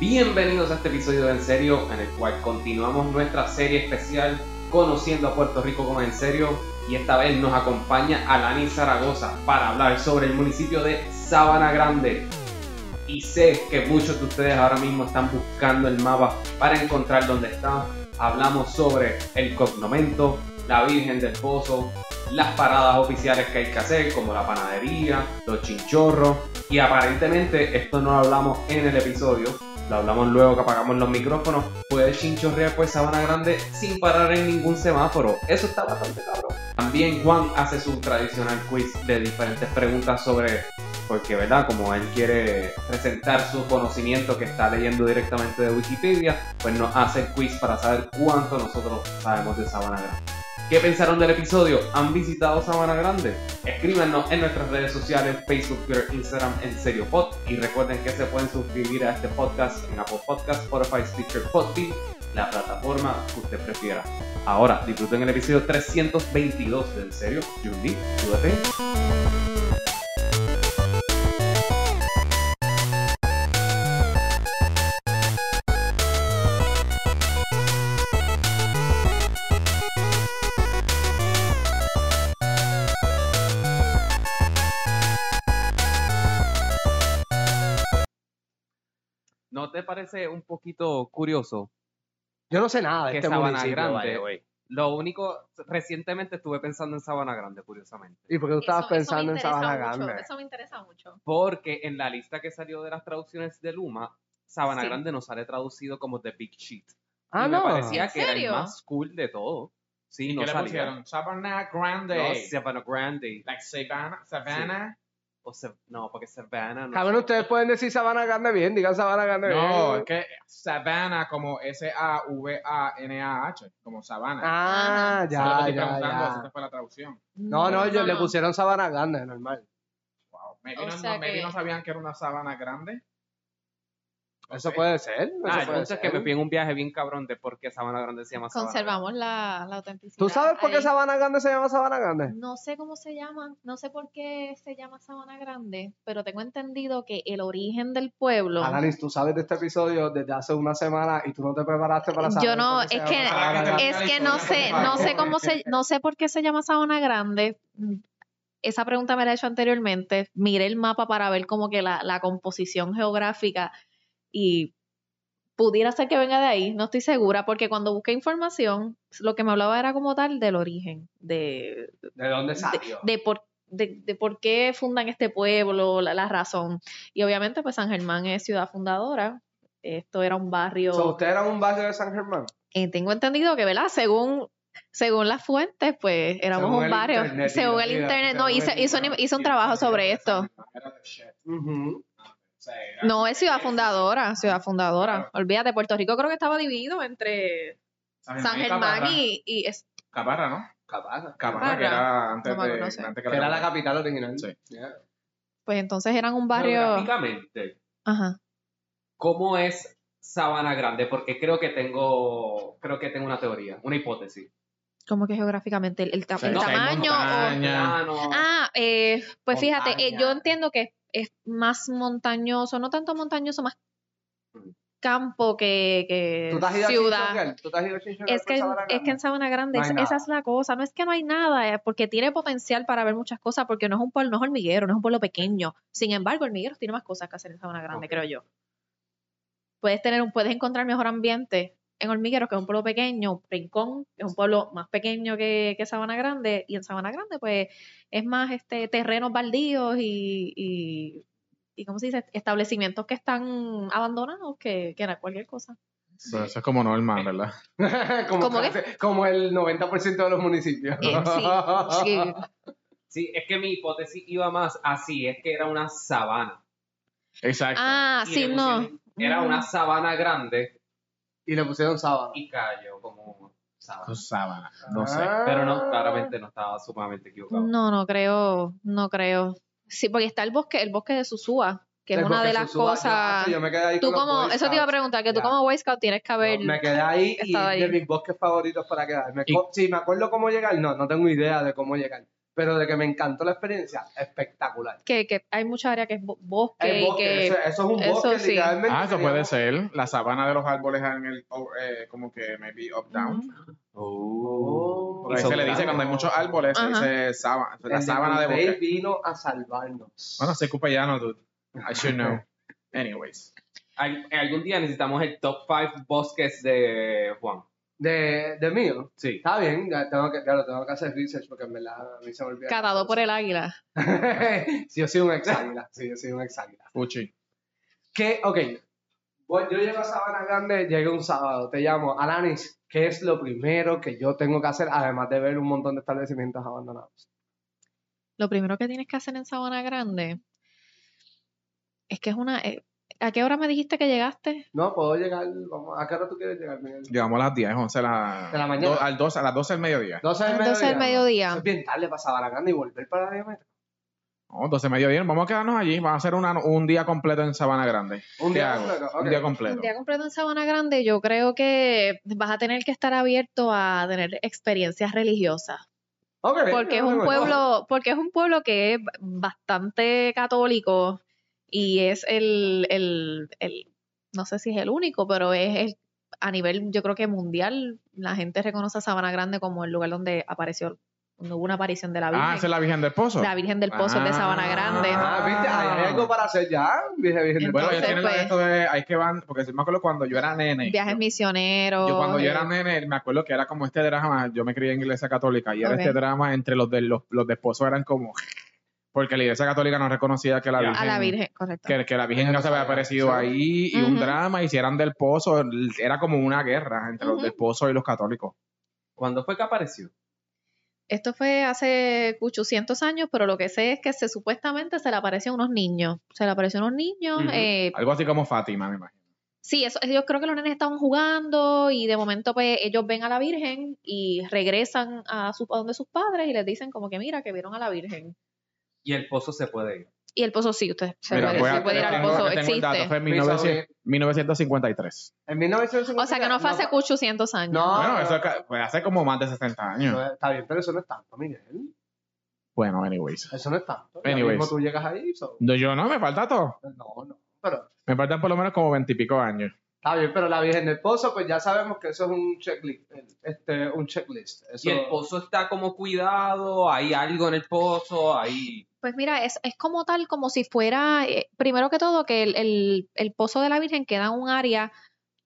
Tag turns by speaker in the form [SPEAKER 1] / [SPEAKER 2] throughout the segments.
[SPEAKER 1] Bienvenidos a este episodio de En Serio, en el cual continuamos nuestra serie especial Conociendo a Puerto Rico como En Serio. Y esta vez nos acompaña Alani Zaragoza para hablar sobre el municipio de Sabana Grande. Y sé que muchos de ustedes ahora mismo están buscando el mapa para encontrar dónde está. Hablamos sobre el cognomento, la Virgen del Pozo, las paradas oficiales que hay que hacer, como la panadería, los chinchorros. Y aparentemente esto no lo hablamos en el episodio, lo hablamos luego que apagamos los micrófonos. Puedes chinchorrear por Sabana Grande sin parar en ningún semáforo. Eso está bastante cabrón. También Juan hace su tradicional quiz de diferentes preguntas sobre... Porque, ¿verdad? Como él quiere presentar su conocimiento que está leyendo directamente de Wikipedia, pues nos hace el quiz para saber cuánto nosotros sabemos de Sabana Grande. ¿Qué pensaron del episodio? ¿Han visitado Sabana Grande? Escríbanos en nuestras redes sociales, Facebook, Twitter, Instagram, en serio pod. Y recuerden que se pueden suscribir a este podcast en Apple Podcasts, Spotify, Stitcher, Podbean, la plataforma que usted prefiera. Ahora, disfruten el episodio 322 de En Serio. Jundi, súbete. ¿No te parece un poquito curioso?
[SPEAKER 2] Yo no sé nada de
[SPEAKER 1] Que
[SPEAKER 2] este
[SPEAKER 1] Sabana
[SPEAKER 2] municipio,
[SPEAKER 1] Grande.
[SPEAKER 2] by the way.
[SPEAKER 1] Lo único, recientemente estuve pensando en Sabana Grande, curiosamente.
[SPEAKER 2] ¿Y por qué tú estabas
[SPEAKER 3] Eso- eso me
[SPEAKER 2] pensando en
[SPEAKER 3] interesa
[SPEAKER 2] Sabana
[SPEAKER 3] mucho,
[SPEAKER 2] Grande?
[SPEAKER 3] Eso me interesa mucho.
[SPEAKER 1] Porque en la lista que salió de las traducciones de Luma, Sabana
[SPEAKER 3] Sí.
[SPEAKER 1] Grande nos sale traducido como The Big Sheet.
[SPEAKER 2] Ah,
[SPEAKER 1] y
[SPEAKER 2] no.
[SPEAKER 1] me parecía
[SPEAKER 3] ¿En
[SPEAKER 1] que era el
[SPEAKER 3] serio?
[SPEAKER 1] más cool de todo. Sí,
[SPEAKER 4] ¿Y
[SPEAKER 1] no
[SPEAKER 4] ¿Qué le
[SPEAKER 1] salía.
[SPEAKER 4] pusieron? Savannah Grande.
[SPEAKER 1] No, Savannah Grande.
[SPEAKER 4] Like Savannah. Savannah.
[SPEAKER 1] O Sav- no, porque Savannah no.
[SPEAKER 2] Cabrón, ustedes pueden decir Sabana Grande bien, digan Sabana Grande
[SPEAKER 4] No, es
[SPEAKER 2] bien.
[SPEAKER 4] que Savannah como S-A-V-A-N-A-H, como Savannah.
[SPEAKER 2] Ah,
[SPEAKER 4] Eso es lo que
[SPEAKER 2] ya,
[SPEAKER 4] estoy
[SPEAKER 2] ya,
[SPEAKER 4] preguntando,
[SPEAKER 2] ya.
[SPEAKER 4] esa fue la traducción.
[SPEAKER 2] No, no, yo
[SPEAKER 3] no,
[SPEAKER 2] le
[SPEAKER 3] no.
[SPEAKER 2] pusieron Sabana Grande, normal.
[SPEAKER 4] Wow. Maybe,
[SPEAKER 3] O
[SPEAKER 4] no,
[SPEAKER 3] sea
[SPEAKER 4] no- maybe
[SPEAKER 3] que-
[SPEAKER 4] no sabían que era una sabana grande.
[SPEAKER 2] Eso
[SPEAKER 4] Ok.
[SPEAKER 2] puede ser. eso
[SPEAKER 1] Ah, el
[SPEAKER 2] puede
[SPEAKER 1] punto es que
[SPEAKER 2] ser.
[SPEAKER 1] me fui en un viaje bien cabrón de por qué Sabana Grande se llama Sabana.
[SPEAKER 3] Conservamos la, la autenticidad.
[SPEAKER 2] ¿Tú sabes por qué
[SPEAKER 3] ahí.
[SPEAKER 2] Sabana Grande se llama Sabana Grande?
[SPEAKER 3] No sé cómo se llama, no sé por qué se llama Sabana Grande, pero tengo entendido que el origen del pueblo.
[SPEAKER 2] Alanis, tú sabes de este episodio desde hace una semana y tú no te preparaste para saber.
[SPEAKER 3] Yo no,
[SPEAKER 2] por qué
[SPEAKER 3] es
[SPEAKER 2] se
[SPEAKER 3] que-
[SPEAKER 2] llama Sabana
[SPEAKER 4] es
[SPEAKER 2] Grande.
[SPEAKER 3] Es que no sé, no sé cómo se, no sé por qué se llama Sabana Grande. Esa pregunta me la he hecho anteriormente. Miré el mapa para ver como que la, la composición geográfica y pudiera ser que venga de ahí, no estoy segura, porque cuando busqué información, lo que me hablaba era como tal del origen, de,
[SPEAKER 2] ¿De dónde salió?
[SPEAKER 3] de por de, de por qué fundan este pueblo, la, la razón. Y obviamente, pues San Germán es ciudad fundadora. Esto era un barrio.
[SPEAKER 2] So, ¿Usted era un barrio de San Germán?
[SPEAKER 3] Eh, tengo entendido que, ¿verdad? Según, según las fuentes, pues éramos
[SPEAKER 2] Según
[SPEAKER 3] un
[SPEAKER 2] el
[SPEAKER 3] barrio.
[SPEAKER 2] internet y
[SPEAKER 3] según
[SPEAKER 2] la
[SPEAKER 3] el
[SPEAKER 2] vida,
[SPEAKER 3] internet, no,
[SPEAKER 2] según
[SPEAKER 3] hice,
[SPEAKER 2] el
[SPEAKER 3] hizo, un,
[SPEAKER 2] internet.
[SPEAKER 3] hizo un trabajo sobre esto.
[SPEAKER 2] Ujú.
[SPEAKER 3] No, es ciudad fundadora, ciudad fundadora. Olvídate, Puerto Rico creo que estaba dividido entre San Germán y, y es-
[SPEAKER 4] Caparra, ¿no?
[SPEAKER 2] Capaz.
[SPEAKER 4] Caparra, que era antes
[SPEAKER 3] No me
[SPEAKER 4] de...
[SPEAKER 3] acuerdo, sí.
[SPEAKER 4] antes
[SPEAKER 2] Que
[SPEAKER 4] que
[SPEAKER 2] era la
[SPEAKER 4] Caparra.
[SPEAKER 2] capital original.
[SPEAKER 4] Sí.
[SPEAKER 2] Yeah.
[SPEAKER 3] pues entonces eran un barrio.
[SPEAKER 1] Geográficamente,
[SPEAKER 3] Ajá.
[SPEAKER 1] ¿cómo es Sabana Grande? Porque creo que tengo, creo que tengo una teoría, una hipótesis.
[SPEAKER 3] Como que geográficamente el, el ta-
[SPEAKER 4] Sí,
[SPEAKER 3] el
[SPEAKER 1] no, hay
[SPEAKER 3] tamaño. o-
[SPEAKER 4] montaña. Ya.
[SPEAKER 1] Plano,
[SPEAKER 3] ah, eh, pues fíjate, eh, yo
[SPEAKER 1] montaña.
[SPEAKER 3] entiendo que es más montañoso, no tanto montañoso, más campo que, que
[SPEAKER 2] ¿Tú te has ido
[SPEAKER 3] ciudad.
[SPEAKER 2] a Chinchorreal? ¿Tú te has ido a Chinchorreal
[SPEAKER 3] Es
[SPEAKER 2] por
[SPEAKER 3] que,
[SPEAKER 2] Sabana
[SPEAKER 3] es que
[SPEAKER 2] Grande?
[SPEAKER 3] en Sabana Grande
[SPEAKER 2] No hay
[SPEAKER 3] es-
[SPEAKER 2] nada.
[SPEAKER 3] esa es la cosa, no es que no hay nada, eh, porque tiene potencial para ver muchas cosas, porque no es un pueblo, no es hormiguero, no es un pueblo pequeño. Sin embargo, hormigueros tiene más cosas que hacer en Sabana Grande,
[SPEAKER 1] Ok.
[SPEAKER 3] creo yo. Puedes tener un, puedes encontrar mejor ambiente en Hormigueros, que es un pueblo pequeño, Rincón, que es un pueblo más pequeño que, que Sabana Grande, y en Sabana Grande, pues, es más este terrenos baldíos y, y, y ¿cómo se dice? establecimientos que están abandonados que, que cualquier cosa.
[SPEAKER 4] Pero eso es como normal, ¿verdad?
[SPEAKER 2] como,
[SPEAKER 3] ¿Cómo qué?
[SPEAKER 2] casi- como el 90% de los municipios.
[SPEAKER 3] Eh, Sí.
[SPEAKER 1] Sí, es que mi hipótesis iba más así, es que era una sabana.
[SPEAKER 4] Exacto.
[SPEAKER 3] Ah,
[SPEAKER 1] Y
[SPEAKER 3] sí,
[SPEAKER 1] le
[SPEAKER 3] no. Mm.
[SPEAKER 1] pusieron- Era una sabana grande
[SPEAKER 2] Y le pusieron sábado.
[SPEAKER 1] y cayó como
[SPEAKER 4] Eso
[SPEAKER 1] sabana.
[SPEAKER 4] es sábana. No sé.
[SPEAKER 2] Ah.
[SPEAKER 1] Pero no, claramente no estaba sumamente equivocado.
[SPEAKER 3] No, no creo, no creo. Sí, porque está el bosque, el bosque de Susúa, que es una de las cosas.
[SPEAKER 2] Yo me quedé ahí
[SPEAKER 3] tú
[SPEAKER 2] con los
[SPEAKER 3] como,
[SPEAKER 2] Boy
[SPEAKER 3] eso te iba a
[SPEAKER 2] Scouts.
[SPEAKER 3] preguntar, que tú
[SPEAKER 2] Ya.
[SPEAKER 3] como Boy Scout tienes que haber.
[SPEAKER 2] No, me quedé ahí y
[SPEAKER 3] estaba
[SPEAKER 2] de
[SPEAKER 3] ahí.
[SPEAKER 2] mis bosques favoritos para quedarme.
[SPEAKER 4] Y-
[SPEAKER 2] Si me acuerdo cómo llegar, no, no tengo idea de cómo llegar. pero de que me encantó la experiencia, espectacular.
[SPEAKER 3] Que, que hay mucha área que es bo- bosque,
[SPEAKER 2] El
[SPEAKER 3] y que
[SPEAKER 2] bosque, eso, eso es un
[SPEAKER 3] eso
[SPEAKER 2] bosque
[SPEAKER 3] sí.
[SPEAKER 2] literalmente.
[SPEAKER 4] Ah, eso puede
[SPEAKER 2] teníamos-
[SPEAKER 4] ser. La sabana de los árboles en el, oh, eh, como que maybe up down.
[SPEAKER 1] Oh.
[SPEAKER 4] Porque ahí se le dice cuando hay muchos árboles, se
[SPEAKER 3] Ajá.
[SPEAKER 4] dice sábana,
[SPEAKER 2] El
[SPEAKER 4] la sábana de
[SPEAKER 2] Monterrey
[SPEAKER 4] bosque.
[SPEAKER 2] vino a salvarnos.
[SPEAKER 4] Bueno, soy cupellano, dude. I should know. Anyways.
[SPEAKER 1] Al- algún día necesitamos el top 5 bosques de Juan.
[SPEAKER 2] de, de mío.
[SPEAKER 1] Sí.
[SPEAKER 2] Está bien, ya, tengo que, ya lo tengo que hacer research porque en verdad a mí se me olvida.
[SPEAKER 3] catado por el águila.
[SPEAKER 2] sí, yo soy un exáguila. Sí, yo soy un exáguila.
[SPEAKER 4] Uchi.
[SPEAKER 2] ¿Qué? Ok. Bueno, yo llego a Sabana Grande, llegué un sábado, te llamo, Alanis, ¿qué es lo primero que yo tengo que hacer además de ver un montón de establecimientos abandonados?
[SPEAKER 3] Lo primero que tienes que hacer en Sabana Grande es que es una... eh, ¿A qué hora me dijiste que llegaste?
[SPEAKER 2] No, puedo llegar, vamos, ¿a qué hora tú quieres llegar, Miguel?
[SPEAKER 4] Llegamos a las 10, 11 de la,
[SPEAKER 2] De la mañana.
[SPEAKER 4] do- al 12, a las 12 del mediodía.
[SPEAKER 2] 12 del mediodía.
[SPEAKER 3] Entonces el
[SPEAKER 2] Eso
[SPEAKER 3] mediodía.
[SPEAKER 2] Es bien tarde para Sabana Grande y volver para la diamante.
[SPEAKER 4] No, 12 del mediodía. Vamos a quedarnos allí. Vamos a hacer una- un día completo en Sabana Grande.
[SPEAKER 2] Un
[SPEAKER 4] ¿Qué
[SPEAKER 2] día
[SPEAKER 4] hago?
[SPEAKER 2] completo, ok.
[SPEAKER 4] Un día
[SPEAKER 3] Un
[SPEAKER 4] completo.
[SPEAKER 3] día completo en Sabana Grande, yo creo que vas a tener que estar abierto a tener experiencias religiosas.
[SPEAKER 2] Ok,
[SPEAKER 3] porque es
[SPEAKER 2] no,
[SPEAKER 3] un
[SPEAKER 2] no, no.
[SPEAKER 3] pueblo porque es un pueblo que es bastante católico y es el, el, el- no sé si es el único pero es el a nivel yo creo que mundial la gente reconoce a Sabana Grande como el lugar donde apareció donde hubo una aparición de la Virgen
[SPEAKER 4] Ah, esa es la Virgen del Pozo.
[SPEAKER 3] la Virgen del Pozo es de Sabana
[SPEAKER 4] Ah.
[SPEAKER 3] Grande
[SPEAKER 2] Ah, viste, hay hay algo para hacer ya, dije, dije,
[SPEAKER 4] Bueno, ellos
[SPEAKER 3] Entonces,
[SPEAKER 4] tienen
[SPEAKER 3] pues-
[SPEAKER 4] esto de. Hay que van. Porque yo me acuerdo cuando yo era nene.
[SPEAKER 3] viajes
[SPEAKER 4] yo-
[SPEAKER 3] misioneros
[SPEAKER 4] Yo cuando yo era
[SPEAKER 3] eh,
[SPEAKER 4] nene, me acuerdo que era como este drama, yo me crié en iglesia católica y era
[SPEAKER 3] Ok.
[SPEAKER 4] este drama entre los de los, los de esposo eran como porque la iglesia católica no reconocía que la
[SPEAKER 1] Ya.
[SPEAKER 4] Virgen,
[SPEAKER 3] a la Virgen correcto
[SPEAKER 4] Que, que la Virgen no se había aparecido
[SPEAKER 2] Exacto.
[SPEAKER 4] ahí y un
[SPEAKER 3] Ujú.
[SPEAKER 4] drama y si eran del pozo, el- era como una guerra entre los
[SPEAKER 3] Ujú.
[SPEAKER 4] del pozo y los católicos.
[SPEAKER 1] ¿Cuándo fue que apareció?
[SPEAKER 3] Esto fue hace 800 años, pero lo que sé es que se supuestamente se le apareció a unos niños. Se le apareció a unos niños.
[SPEAKER 1] Ujú.
[SPEAKER 3] eh,
[SPEAKER 4] Algo así como Fátima, me imagino.
[SPEAKER 3] sí, eso, yo creo que los nenes estaban jugando y de momento pues ellos ven a la Virgen y regresan a, su, a donde sus padres y les dicen como que mira, que vieron a la Virgen.
[SPEAKER 1] Y el pozo se puede ir.
[SPEAKER 3] Y el pozo sí, usted se
[SPEAKER 4] Mira,
[SPEAKER 3] puede,
[SPEAKER 4] voy a-
[SPEAKER 3] se puede ir al
[SPEAKER 4] tengo-
[SPEAKER 3] pozo,
[SPEAKER 4] tengo el dato,
[SPEAKER 3] existe.
[SPEAKER 4] fue en 1900 1953.
[SPEAKER 2] En 1950.
[SPEAKER 3] O sea que no fue hace 800 años.
[SPEAKER 2] No.
[SPEAKER 4] bueno, eso ca- pues hace como más de 60 años.
[SPEAKER 2] No, Está bien, pero eso no es tanto, Miguel.
[SPEAKER 4] Bueno, anyways.
[SPEAKER 2] Eso no es tanto. Ya
[SPEAKER 4] Anyways.
[SPEAKER 2] mismo tú llegas ahí, so-
[SPEAKER 4] No, yo no, me falta todo.
[SPEAKER 2] no, no. Pero
[SPEAKER 4] Me faltan por lo menos como 20 y pico años.
[SPEAKER 2] está bien, pero la Virgen del Pozo, pues ya sabemos que eso es un checklist. Este, un checklist. Eso,
[SPEAKER 1] Y el pozo está como cuidado, hay algo en el pozo, hay...
[SPEAKER 3] Pues mira, es, es como tal, como si fuera, eh, primero que todo, que el, el- el pozo de la Virgen queda en un área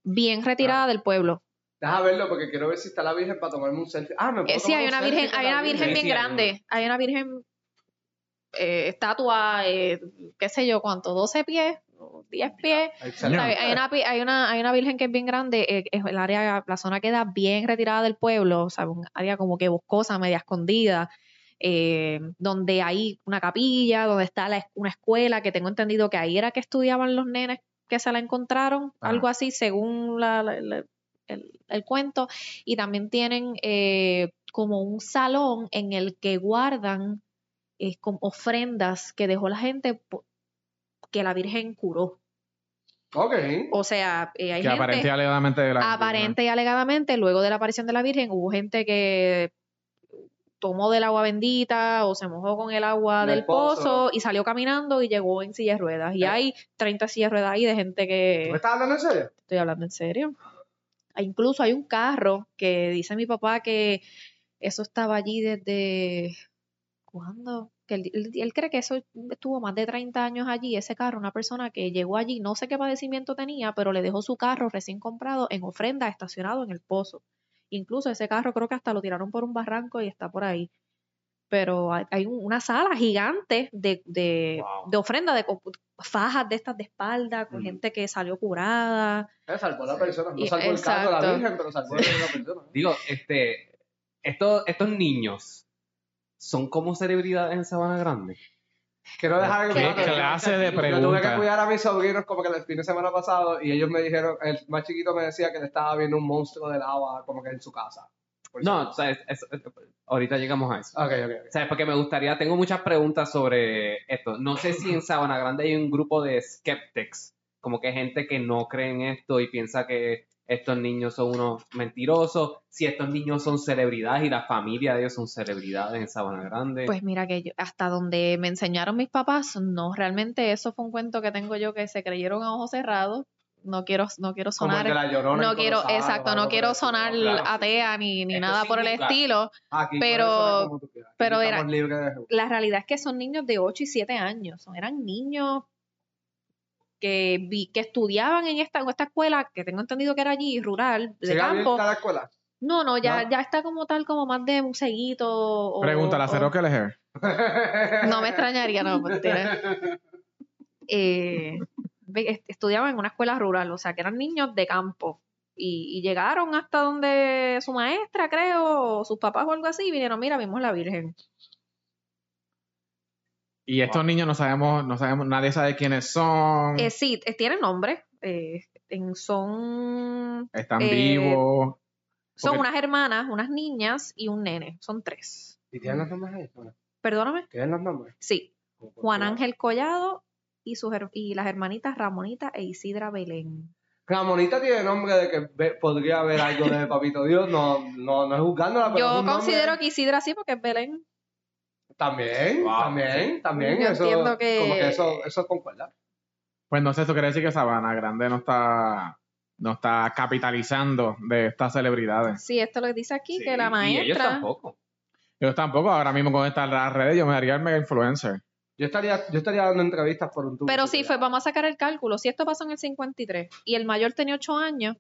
[SPEAKER 3] bien retirada del pueblo.
[SPEAKER 2] Deja verlo porque quiero ver si está la Virgen para tomarme un selfie. Ah, me puedo
[SPEAKER 3] Eh, sí,
[SPEAKER 2] tomar
[SPEAKER 3] hay
[SPEAKER 2] un
[SPEAKER 3] una
[SPEAKER 2] selfie
[SPEAKER 3] virgen,
[SPEAKER 2] con
[SPEAKER 3] hay
[SPEAKER 2] la
[SPEAKER 3] una virgen
[SPEAKER 1] Sí,
[SPEAKER 3] bien
[SPEAKER 1] hay una.
[SPEAKER 3] grande, hay una virgen eh, estatua, eh, qué sé yo cuánto, 12 pies, o 10 pies.
[SPEAKER 2] Excelente.
[SPEAKER 4] Señor.
[SPEAKER 3] ¿Sabe? Hay una, pi- hay, una, hay una virgen que es bien grande, eh, es el área, la zona queda bien retirada del pueblo, o sea, un área como que boscosa, media escondida, eh, donde hay una capilla, donde está la es- una escuela, que tengo entendido que ahí era que estudiaban los nenes que se la encontraron,
[SPEAKER 4] Ajá.
[SPEAKER 3] algo así, según la- la- la- el, el cuento, y también tienen eh, como un salón en el que guardan eh, con ofrendas que dejó la gente po- que la Virgen curó.
[SPEAKER 2] Ok.
[SPEAKER 3] O sea, eh, hay
[SPEAKER 4] que
[SPEAKER 3] gente,
[SPEAKER 4] aparente alegadamente de la
[SPEAKER 3] aparente y alegadamente, luego de la aparición de la Virgen, hubo gente que tomó del agua bendita o se mojó con el agua
[SPEAKER 2] Del
[SPEAKER 3] del, pozo.
[SPEAKER 2] pozo.
[SPEAKER 3] y salió caminando y llegó en silla de ruedas. Y
[SPEAKER 2] Eh.
[SPEAKER 3] hay 30 sillas de ruedas ahí de gente
[SPEAKER 2] ¿Tú
[SPEAKER 3] que...
[SPEAKER 2] me estás hablando en serio?
[SPEAKER 3] Estoy hablando en serio. E incluso hay un carro que dice mi papá que eso estaba allí desde... ¿Cuándo? Que él, él- él cree que eso estuvo más de 30 años allí, ese carro, una persona que llegó allí, no sé qué padecimiento tenía, pero le dejó su carro recién comprado en ofrenda, estacionado en el pozo. Incluso ese carro creo que hasta lo tiraron por un barranco y está por ahí. Pero hay, hay un- una sala gigante de, de,
[SPEAKER 1] Wow.
[SPEAKER 3] de ofrenda, de co- fajas de estas de espalda, con
[SPEAKER 1] Mm.
[SPEAKER 3] gente que salió curada.
[SPEAKER 2] Eh, salvó a la
[SPEAKER 1] Sí.
[SPEAKER 2] persona. No
[SPEAKER 3] Y-
[SPEAKER 2] salvó el caso de la
[SPEAKER 3] exacto.
[SPEAKER 2] Virgen, pero salvó a la persona.
[SPEAKER 1] Digo, este, estos, estos niños son como celebridades en Sabana Grande.
[SPEAKER 2] Quiero dejar algo
[SPEAKER 4] Qué
[SPEAKER 2] claro.
[SPEAKER 4] clase de
[SPEAKER 2] Yo tuve que
[SPEAKER 4] pregunta.
[SPEAKER 2] cuidar a mis sobrinos como que el fin de semana pasado y ellos me dijeron, el más chiquito me decía que le estaba viendo un monstruo de lava como que en su casa. Por
[SPEAKER 1] No,
[SPEAKER 2] eso.
[SPEAKER 1] o sea, es- es- ahorita llegamos a eso.
[SPEAKER 2] Ok, ok, ok.
[SPEAKER 1] ¿Sabes? Porque me gustaría, tengo muchas preguntas sobre esto. No sé si en Sabana Grande hay un grupo de skeptics, como que gente que no cree en esto y piensa que estos niños son unos mentirosos, si estos niños son celebridades y la familia de ellos son celebridades en Sabana Grande.
[SPEAKER 3] Pues mira que yo- hasta donde me enseñaron mis papás, no, realmente eso fue un cuento que tengo yo que se creyeron a ojos cerrados. No quiero, no quiero
[SPEAKER 2] Como el
[SPEAKER 3] sonar,
[SPEAKER 2] de la Llorona en
[SPEAKER 3] no quiero,
[SPEAKER 2] Corozal o
[SPEAKER 3] exacto,
[SPEAKER 2] algo
[SPEAKER 3] no
[SPEAKER 2] por el
[SPEAKER 3] quiero
[SPEAKER 2] estilo.
[SPEAKER 3] sonar
[SPEAKER 1] claro, sí,
[SPEAKER 3] atea ni, ni
[SPEAKER 1] Esto
[SPEAKER 3] nada
[SPEAKER 1] es
[SPEAKER 3] por el
[SPEAKER 1] singular.
[SPEAKER 3] estilo.
[SPEAKER 2] Aquí,
[SPEAKER 3] pero-
[SPEAKER 2] por eso es como tú quieras. Aquí
[SPEAKER 3] pero
[SPEAKER 2] estamos
[SPEAKER 3] era-
[SPEAKER 2] libres de-
[SPEAKER 3] La realidad es que son niños de 8 y 7 años, son- eran niños que, vi, que estudiaban en esta, en esta escuela, que tengo entendido que era allí, rural, de
[SPEAKER 2] ¿Sigue
[SPEAKER 3] campo.
[SPEAKER 2] abierta la escuela?
[SPEAKER 3] No, no, ya,
[SPEAKER 2] ¿No?
[SPEAKER 3] ya está como tal, como más de un seguito. o-
[SPEAKER 4] Pregúntale a
[SPEAKER 3] o-
[SPEAKER 4] Cero que le es.
[SPEAKER 3] No me extrañaría, no, mentira. Eh, ve- est- estudiaban en una escuela rural, o sea, que eran niños de campo. Y, y llegaron hasta donde su maestra, creo, o sus papás o algo así, y vinieron, mira, vimos la Virgen.
[SPEAKER 4] Y estos niños no sabemos, no sabemos, nadie sabe quiénes
[SPEAKER 2] Mm.
[SPEAKER 4] son,
[SPEAKER 3] Eh, sí, eh, tienen nombre, eh, en- son,
[SPEAKER 4] están
[SPEAKER 3] eh,
[SPEAKER 4] vivos.
[SPEAKER 3] son
[SPEAKER 4] Porque-
[SPEAKER 3] unas hermanas, unas niñas y un nene, son tres.
[SPEAKER 2] ¿Y tienen los nombres ahí? Bueno,
[SPEAKER 3] Perdóname.
[SPEAKER 2] ¿Tienen los nombres?
[SPEAKER 3] Sí, Juan Ángel Collado y, sus, her- y las hermanitas Ramonita e Isidra Belén.
[SPEAKER 2] Ramonita tiene nombre de que ve- podría haber algo de Papito Dios. No, no, no es juzgándola, Ah, pero es
[SPEAKER 3] Yo
[SPEAKER 2] un
[SPEAKER 3] considero
[SPEAKER 2] nombre-
[SPEAKER 3] que Isidra sí, porque es Belén.
[SPEAKER 2] También,
[SPEAKER 1] Wow.
[SPEAKER 2] también, también.
[SPEAKER 3] Yo
[SPEAKER 2] eso,
[SPEAKER 3] entiendo que-
[SPEAKER 2] Como que eso, eso concuerda.
[SPEAKER 4] Pues entonces eso quiere decir que Sabana Grande no está, no está capitalizando de estas celebridades.
[SPEAKER 3] Sí, esto lo dice aquí,
[SPEAKER 1] Sí, Y
[SPEAKER 3] que la
[SPEAKER 1] ellos
[SPEAKER 3] maestra.
[SPEAKER 1] tampoco.
[SPEAKER 4] Yo tampoco, ahora mismo con estas las redes, yo me haría el mega influencer.
[SPEAKER 2] Yo estaría, yo estaría dando entrevistas por un tubo.
[SPEAKER 3] Pero sí, fue, vamos a sacar el cálculo. Si esto pasó en el 53 y el mayor tenía 8 años,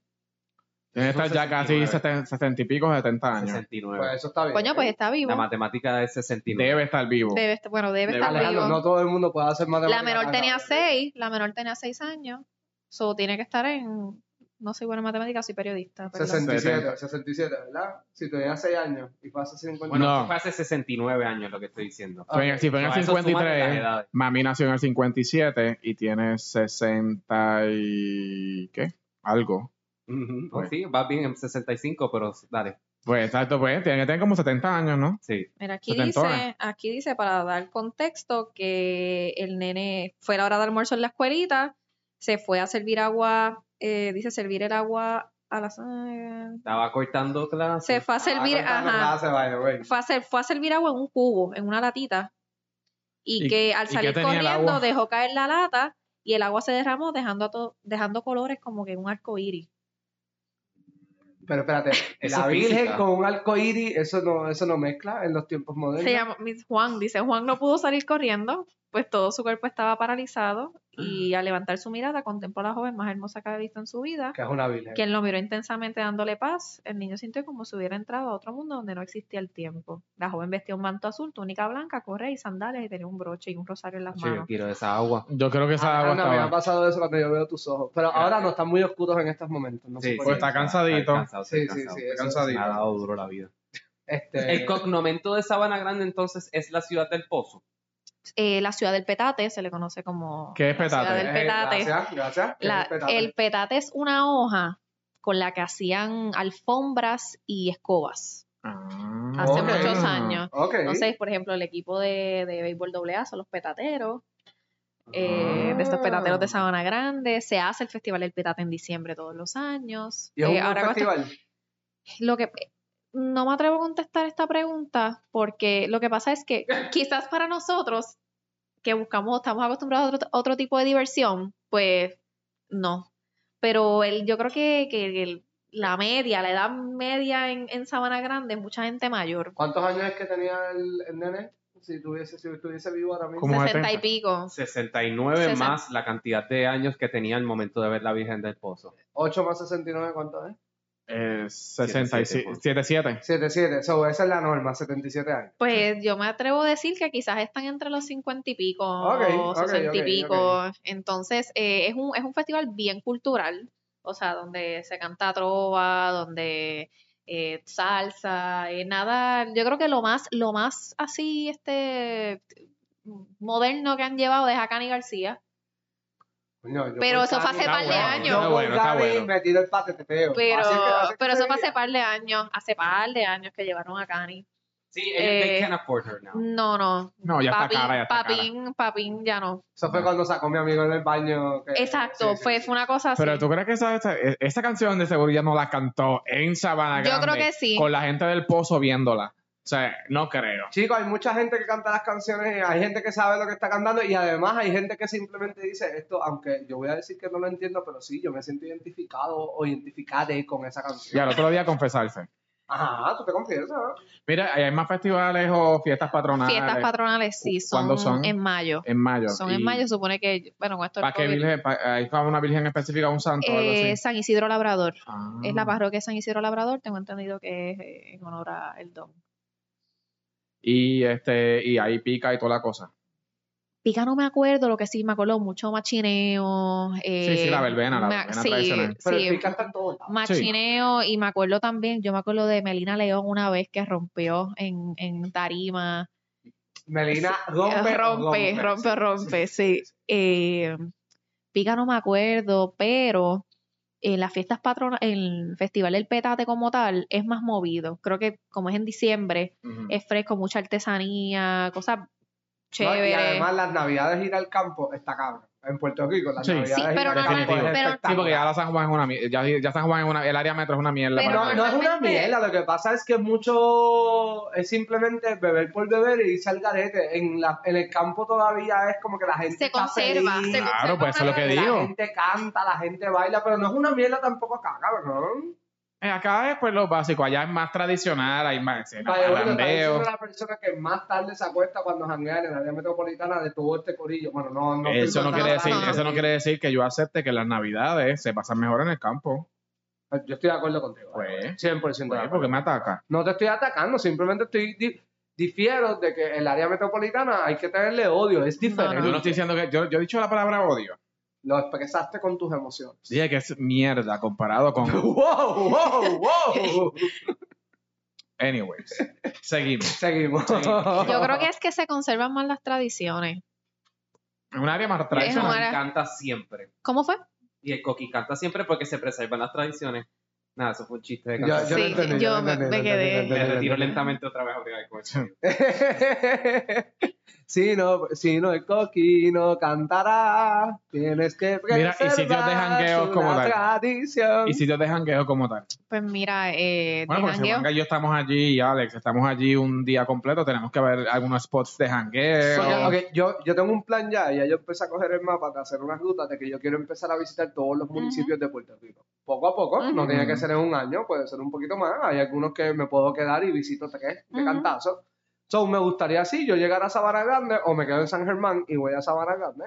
[SPEAKER 4] Tiene que
[SPEAKER 1] Son
[SPEAKER 4] estar ya
[SPEAKER 1] 69.
[SPEAKER 4] casi 70 60 y pico, 70 años.
[SPEAKER 1] 69.
[SPEAKER 2] Pues eso está bien.
[SPEAKER 3] coño, pues está vivo.
[SPEAKER 1] eh, la matemática es 69.
[SPEAKER 4] Debe estar vivo.
[SPEAKER 3] Debe estar- bueno, debe
[SPEAKER 4] Debe-
[SPEAKER 3] estar
[SPEAKER 2] Alejandro,
[SPEAKER 3] vivo.
[SPEAKER 2] no todo el mundo puede hacer más de
[SPEAKER 3] la menor tenía 6, la menor tenía 6 años. So, tiene que estar en. No soy buena en matemáticas, soy periodista.
[SPEAKER 2] Pues
[SPEAKER 3] perdón.
[SPEAKER 2] 67, 67, ¿verdad? Si tenía 6 años y fue hace 50
[SPEAKER 1] Bueno,
[SPEAKER 4] No.
[SPEAKER 1] eso fue hace 69 años lo que estoy diciendo.
[SPEAKER 4] Fue en el- si fue en el
[SPEAKER 1] No, eso suma de las
[SPEAKER 4] 53,
[SPEAKER 1] edades.
[SPEAKER 4] mami nació en el 57 y tiene 60 y... ¿qué? Algo.
[SPEAKER 1] Ujú,
[SPEAKER 4] Bueno.
[SPEAKER 1] Sí, va bien en 65, pero dale.
[SPEAKER 4] Pues exacto, pues tiene que tener como 70 años, ¿no?
[SPEAKER 1] Sí.
[SPEAKER 3] Mira, aquí
[SPEAKER 4] Setentona.
[SPEAKER 3] dice, aquí dice, para dar contexto, que el nene fue a la hora de almuerzo en la escuelita, se fue a servir agua, eh, dice servir el agua a las... eh,
[SPEAKER 1] Estaba cortando clases.
[SPEAKER 3] se fue a servir, ajá, fue a, ser- fue a servir agua en un cubo, en una latita, y,
[SPEAKER 4] ¿Y-
[SPEAKER 3] que al
[SPEAKER 4] qué
[SPEAKER 3] salir
[SPEAKER 4] tenía el
[SPEAKER 3] corriendo
[SPEAKER 4] agua?
[SPEAKER 3] dejó caer la lata y el agua se derramó dejando, a to- dejando colores como que un arco iris.
[SPEAKER 2] Pero espérate,
[SPEAKER 1] Eso
[SPEAKER 2] la
[SPEAKER 1] es
[SPEAKER 2] Virgen
[SPEAKER 1] física.
[SPEAKER 2] con un arco iris, eso no, eso no mezcla en los tiempos modernos.
[SPEAKER 3] Se llama Miss Juan, dice, Juan no pudo salir corriendo, pues todo su cuerpo estaba paralizado
[SPEAKER 4] Mm.
[SPEAKER 3] y al levantar su mirada contempló a la joven más hermosa que había visto en su vida,
[SPEAKER 2] Que es una Virgen.
[SPEAKER 3] quien lo miró intensamente dándole paz. El niño sintió como si hubiera entrado a otro mundo donde no existía el tiempo. La joven vestía un manto azul, túnica blanca, correa y sandalias y tenía un broche y un rosario en las
[SPEAKER 1] Yo
[SPEAKER 3] manos.
[SPEAKER 1] quiero esa agua.
[SPEAKER 4] Yo creo que esa agua
[SPEAKER 2] Ana, Ah, me ha
[SPEAKER 4] estaba...
[SPEAKER 2] pasado eso cuando yo veo tus ojos. Pero
[SPEAKER 1] Gracias.
[SPEAKER 2] ahora no están muy oscuros en estos momentos. No sé por
[SPEAKER 4] sí.
[SPEAKER 2] qué.
[SPEAKER 4] está cansadito.
[SPEAKER 1] cansado,
[SPEAKER 2] Sí,
[SPEAKER 1] está
[SPEAKER 2] sí,
[SPEAKER 1] cansado.
[SPEAKER 2] sí, eso-
[SPEAKER 1] Me ha dado duro la vida.
[SPEAKER 2] Este,
[SPEAKER 1] El cognomento de Sabana Grande entonces es la ciudad del pozo.
[SPEAKER 3] Eh, la ciudad del petate se le conoce como...
[SPEAKER 4] ¿Qué es
[SPEAKER 3] la ciudad
[SPEAKER 4] petate?
[SPEAKER 3] del
[SPEAKER 2] eh,
[SPEAKER 3] petate.
[SPEAKER 2] Gracias, gracias.
[SPEAKER 3] La-
[SPEAKER 2] Es petate.
[SPEAKER 3] El petate es una hoja con la que hacían alfombras y escobas
[SPEAKER 4] Ah,
[SPEAKER 3] hace
[SPEAKER 2] Ok.
[SPEAKER 3] muchos años.
[SPEAKER 2] Ok.
[SPEAKER 3] Entonces, por ejemplo, el equipo de, de béisbol AA son los petateros, eh, de
[SPEAKER 2] Ah.
[SPEAKER 3] estos petateros de Sabana Grande. Se hace el Festival del Petate en diciembre todos los años.
[SPEAKER 2] Y es un
[SPEAKER 3] Eh,
[SPEAKER 2] buen
[SPEAKER 3] ahora con esto-
[SPEAKER 2] festival.
[SPEAKER 3] lo que no me atrevo a contestar esta pregunta porque lo que pasa es que quizás para nosotros que buscamos, estamos acostumbrados a otro, otro tipo de diversión, pues no. Pero el, yo creo que, que el- la media, la edad media en, en Sabana Grande es mucha gente mayor.
[SPEAKER 2] ¿Cuántos años es que tenía el, el nene? Si tuviese, si estuviese vivo ahora mismo.
[SPEAKER 4] ¿Cómo? Como
[SPEAKER 3] 60 y
[SPEAKER 4] 70.
[SPEAKER 3] pico.
[SPEAKER 1] 69
[SPEAKER 3] Sesen-
[SPEAKER 1] más la cantidad de años que tenía al momento de ver la Virgen del Pozo.
[SPEAKER 2] 8 más 69, ¿cuánto es?
[SPEAKER 4] eh, 67. 77.
[SPEAKER 2] 77. So, esa es la norma, 77 años.
[SPEAKER 3] Pues yo me atrevo a decir que quizás están entre los 50 y pico,
[SPEAKER 2] Ok,
[SPEAKER 3] o
[SPEAKER 2] ok,
[SPEAKER 3] 60 y
[SPEAKER 2] ok,
[SPEAKER 3] pico. Entonces, eh, es un, es un festival bien cultural, o sea, donde se canta trova, donde eh, salsa, eh, nada. Yo creo que lo más, lo más así, este moderno que han llevado es a Cani García.
[SPEAKER 2] Coño, yo
[SPEAKER 3] Pero
[SPEAKER 2] por
[SPEAKER 3] eso fue hace
[SPEAKER 2] Cali-
[SPEAKER 3] par de
[SPEAKER 2] Yo
[SPEAKER 3] años.
[SPEAKER 2] por
[SPEAKER 4] Está bueno, está
[SPEAKER 2] Cali
[SPEAKER 4] bueno.
[SPEAKER 2] me tiro el pateteo.
[SPEAKER 3] Pero,
[SPEAKER 2] Así que- así que
[SPEAKER 3] pero
[SPEAKER 2] se
[SPEAKER 3] eso fue
[SPEAKER 2] veía.
[SPEAKER 3] hace par de años, hace par de años que llevaron a Cani.
[SPEAKER 1] Sí, ellos
[SPEAKER 3] Eh,
[SPEAKER 1] they can afford her now.
[SPEAKER 3] No, no.
[SPEAKER 4] No, ya
[SPEAKER 3] Papín,
[SPEAKER 4] está cara, ya está cara.
[SPEAKER 3] papín, papín, ya no.
[SPEAKER 2] Eso fue cuando sacó mi amigo en el baño. que- Eh,
[SPEAKER 3] Exacto,
[SPEAKER 2] sí, sí,
[SPEAKER 3] fue,
[SPEAKER 2] sí.
[SPEAKER 3] fue una cosa así.
[SPEAKER 4] Pero tú crees que esa, esa, esa canción de seguro ya no la cantó en Sabana
[SPEAKER 3] Yo
[SPEAKER 4] Grande.
[SPEAKER 3] creo que sí.
[SPEAKER 4] Con la gente del pozo viéndola. O sea, no creo.
[SPEAKER 2] Chicos, hay mucha gente que canta las canciones, hay gente que sabe lo que está cantando y además hay gente que simplemente dice esto, aunque yo voy a decir que no lo entiendo, pero sí, yo me siento identificado o identificada con esa
[SPEAKER 4] Y
[SPEAKER 2] canción.
[SPEAKER 4] al otro día confesarse.
[SPEAKER 2] Ajá, tú te confiesas.
[SPEAKER 4] Mira, ¿hay más festivales o fiestas patronales?
[SPEAKER 3] Fiestas patronales, sí, son,
[SPEAKER 4] ¿Cuándo son?
[SPEAKER 3] en mayo.
[SPEAKER 4] En mayo.
[SPEAKER 3] Son en
[SPEAKER 4] Y-
[SPEAKER 3] mayo, supone que, bueno, con esto del
[SPEAKER 4] ¿Para qué
[SPEAKER 3] COVID,
[SPEAKER 4] virgen? Pa- ¿Hay para una virgen específica, un santo o algo
[SPEAKER 3] eh,
[SPEAKER 4] así?
[SPEAKER 3] San Isidro Labrador.
[SPEAKER 4] Ah.
[SPEAKER 3] Es la parroquia de San Isidro Labrador, tengo entendido que es eh, en honor a el don.
[SPEAKER 4] Y, este, y ahí pica y toda la cosa.
[SPEAKER 3] Pica no me acuerdo, lo que sí me acuerdo, mucho machineo.
[SPEAKER 4] sí,
[SPEAKER 3] eh,
[SPEAKER 4] la verbena, la
[SPEAKER 3] ma-
[SPEAKER 4] verbena
[SPEAKER 3] sí,
[SPEAKER 4] tradicional.
[SPEAKER 2] Pero
[SPEAKER 3] sí,
[SPEAKER 2] el pica está en todos lados.
[SPEAKER 3] machineo y me acuerdo también, yo me acuerdo de Melina León una vez que rompió en, en tarima.
[SPEAKER 2] Melina rompe.
[SPEAKER 3] Eh, rompe, rompe, rompe, sí. Eh, pica no me acuerdo, pero en las fiestas patronales, el festival del petate como tal es más movido. Creo que como es en diciembre,
[SPEAKER 4] Ujú.
[SPEAKER 3] es fresco, mucha artesanía, cosas
[SPEAKER 2] No, y
[SPEAKER 3] chéveres.
[SPEAKER 2] además las navidades ir al campo está cabrón. En Puerto Rico, las
[SPEAKER 4] Sí.
[SPEAKER 2] navidades
[SPEAKER 3] Sí,
[SPEAKER 2] ir
[SPEAKER 3] pero
[SPEAKER 2] al
[SPEAKER 3] no,
[SPEAKER 2] campo
[SPEAKER 4] no,
[SPEAKER 2] es
[SPEAKER 3] pero-
[SPEAKER 4] Sí, porque
[SPEAKER 2] espectacular.
[SPEAKER 4] ya la San Juan es una mierda. Ya, ya San Juan es una... El área metro es una mierda.
[SPEAKER 3] Pero
[SPEAKER 2] No,
[SPEAKER 4] para
[SPEAKER 2] no es una
[SPEAKER 3] Normalmente-
[SPEAKER 2] mierda, lo que pasa es que mucho es simplemente beber por beber y irse al garete. En, la, en el campo todavía es como que la gente
[SPEAKER 3] Se
[SPEAKER 2] está
[SPEAKER 3] conserva,
[SPEAKER 2] feliz,
[SPEAKER 3] se
[SPEAKER 4] Claro,
[SPEAKER 3] conserva
[SPEAKER 4] pues eso
[SPEAKER 3] una
[SPEAKER 4] es lo que
[SPEAKER 3] realidad.
[SPEAKER 2] la
[SPEAKER 4] digo.
[SPEAKER 2] gente canta, la gente baila, pero no es una mierda tampoco acá, cabrón.
[SPEAKER 4] Eh, Acá es pues lo básico. Allá es más tradicional, hay más escena,
[SPEAKER 2] Vaya, bueno, está
[SPEAKER 4] parrandeo.
[SPEAKER 2] diciendo la persona que más tarde se acuesta cuando janguea en el área metropolitana de todo este corillo. Bueno, no, no.
[SPEAKER 4] Eso no
[SPEAKER 3] no,
[SPEAKER 4] quiere
[SPEAKER 3] no,
[SPEAKER 4] decir,
[SPEAKER 3] no.
[SPEAKER 4] eso no quiere decir que yo acepte que las navidades se pasan mejor en el campo.
[SPEAKER 2] Yo estoy de acuerdo contigo. ¿eh? 100%
[SPEAKER 4] Pues,
[SPEAKER 2] de
[SPEAKER 4] pues,
[SPEAKER 2] acuerdo.
[SPEAKER 4] porque me ataca.
[SPEAKER 2] No te estoy atacando, simplemente estoy di- difiero de que el área metropolitana hay que tenerle odio, es diferente.
[SPEAKER 3] No.
[SPEAKER 4] Yo no estoy diciendo que yo, yo he dicho la palabra odio.
[SPEAKER 2] Lo expresaste con tus emociones.
[SPEAKER 4] Dije que es mierda comparado con.
[SPEAKER 2] ¡Wow, wow, wow!
[SPEAKER 4] Anyways, seguimos.
[SPEAKER 2] Seguimos.
[SPEAKER 3] Yo creo que es que se conservan más las tradiciones.
[SPEAKER 4] En un área más
[SPEAKER 1] Tradition
[SPEAKER 3] Es un
[SPEAKER 4] tradicional.
[SPEAKER 3] área-
[SPEAKER 1] canta siempre.
[SPEAKER 3] ¿Cómo fue?
[SPEAKER 1] Y el coqui canta siempre porque se preservan las tradiciones. Nada, eso fue un chiste de
[SPEAKER 2] Yo-
[SPEAKER 1] canción.
[SPEAKER 2] yo
[SPEAKER 3] Sí,
[SPEAKER 2] lo entendí,
[SPEAKER 3] yo
[SPEAKER 2] lo
[SPEAKER 3] me-
[SPEAKER 2] entendí,
[SPEAKER 3] me
[SPEAKER 2] lo
[SPEAKER 3] quedé.
[SPEAKER 2] entendí, lo
[SPEAKER 1] Me retiro
[SPEAKER 2] entendí, lo entendí.
[SPEAKER 1] lentamente otra vez a bregar con eso.
[SPEAKER 2] si no, si no el coqui no cantará, tienes que
[SPEAKER 4] Mira, y sitios de
[SPEAKER 2] preservar
[SPEAKER 4] jangueos como
[SPEAKER 2] una
[SPEAKER 4] tal.
[SPEAKER 2] tradición.
[SPEAKER 4] Y sitios de jangueo como tal.
[SPEAKER 3] Pues mira, eh, de
[SPEAKER 4] Bueno, porque si
[SPEAKER 3] jangueo.
[SPEAKER 4] Juanca y yo estamos allí, y Alex, estamos allí un día completo, tenemos que ver algunos spots de jangueo. Eh,
[SPEAKER 2] Porque, ok, yo, yo tengo un plan ya, ya yo empecé a coger el mapa de hacer unas rutas de que yo quiero empezar a visitar todos los municipios de Puerto Rico. Poco a poco, no
[SPEAKER 4] Ujú.
[SPEAKER 2] tiene que ser en un año, puede ser un poquito más. Hay algunos que me puedo quedar y visito tres de
[SPEAKER 3] Ujú.
[SPEAKER 2] cantazo. So, me gustaría así, yo llegar a Sabana Grande o me quedo en San Germán y voy a Sabana Grande.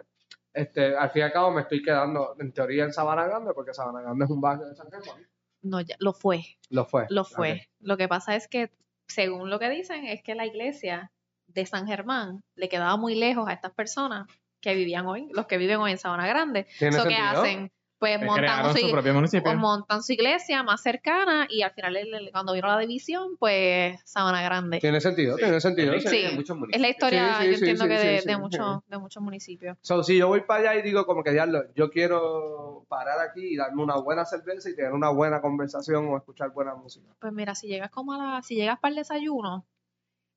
[SPEAKER 2] Este, al fin y al cabo me estoy quedando en teoría en Sabana Grande porque Sabana Grande es un barrio de San Germán.
[SPEAKER 3] No, ya, lo fue,
[SPEAKER 2] Lo fue.
[SPEAKER 3] lo fue.
[SPEAKER 2] Ok.
[SPEAKER 3] Lo que pasa es que, según lo que dicen, es que la iglesia de San Germán le quedaba muy lejos a estas personas que vivían hoy, los que viven hoy en Sabana Grande.
[SPEAKER 2] ¿Tiene
[SPEAKER 3] Eso que
[SPEAKER 2] sentido? eh,
[SPEAKER 3] hacen, pues montan
[SPEAKER 4] Crearon
[SPEAKER 3] su,
[SPEAKER 4] su
[SPEAKER 3] ig-
[SPEAKER 4] propio municipio.
[SPEAKER 3] o montan su iglesia más cercana y al final el- el- cuando vino la división, pues Sabana Grande.
[SPEAKER 2] Tiene sentido, tiene sentido.
[SPEAKER 1] Es
[SPEAKER 2] sí.
[SPEAKER 1] que
[SPEAKER 3] Sí.
[SPEAKER 1] hay muchos municipios.
[SPEAKER 3] Es la
[SPEAKER 2] Sí,
[SPEAKER 3] historia,
[SPEAKER 2] sí,
[SPEAKER 3] yo
[SPEAKER 2] sí,
[SPEAKER 3] entiendo
[SPEAKER 2] sí,
[SPEAKER 3] que
[SPEAKER 2] sí,
[SPEAKER 3] de,
[SPEAKER 2] sí,
[SPEAKER 3] de
[SPEAKER 2] sí.
[SPEAKER 3] muchos de muchos municipios.
[SPEAKER 2] So, si yo voy para allá y digo como que diablo, yo quiero parar aquí y darme una buena cerveza y tener una buena conversación o escuchar buena música.
[SPEAKER 3] Pues mira, si llegas como a la, si llegas para el desayuno,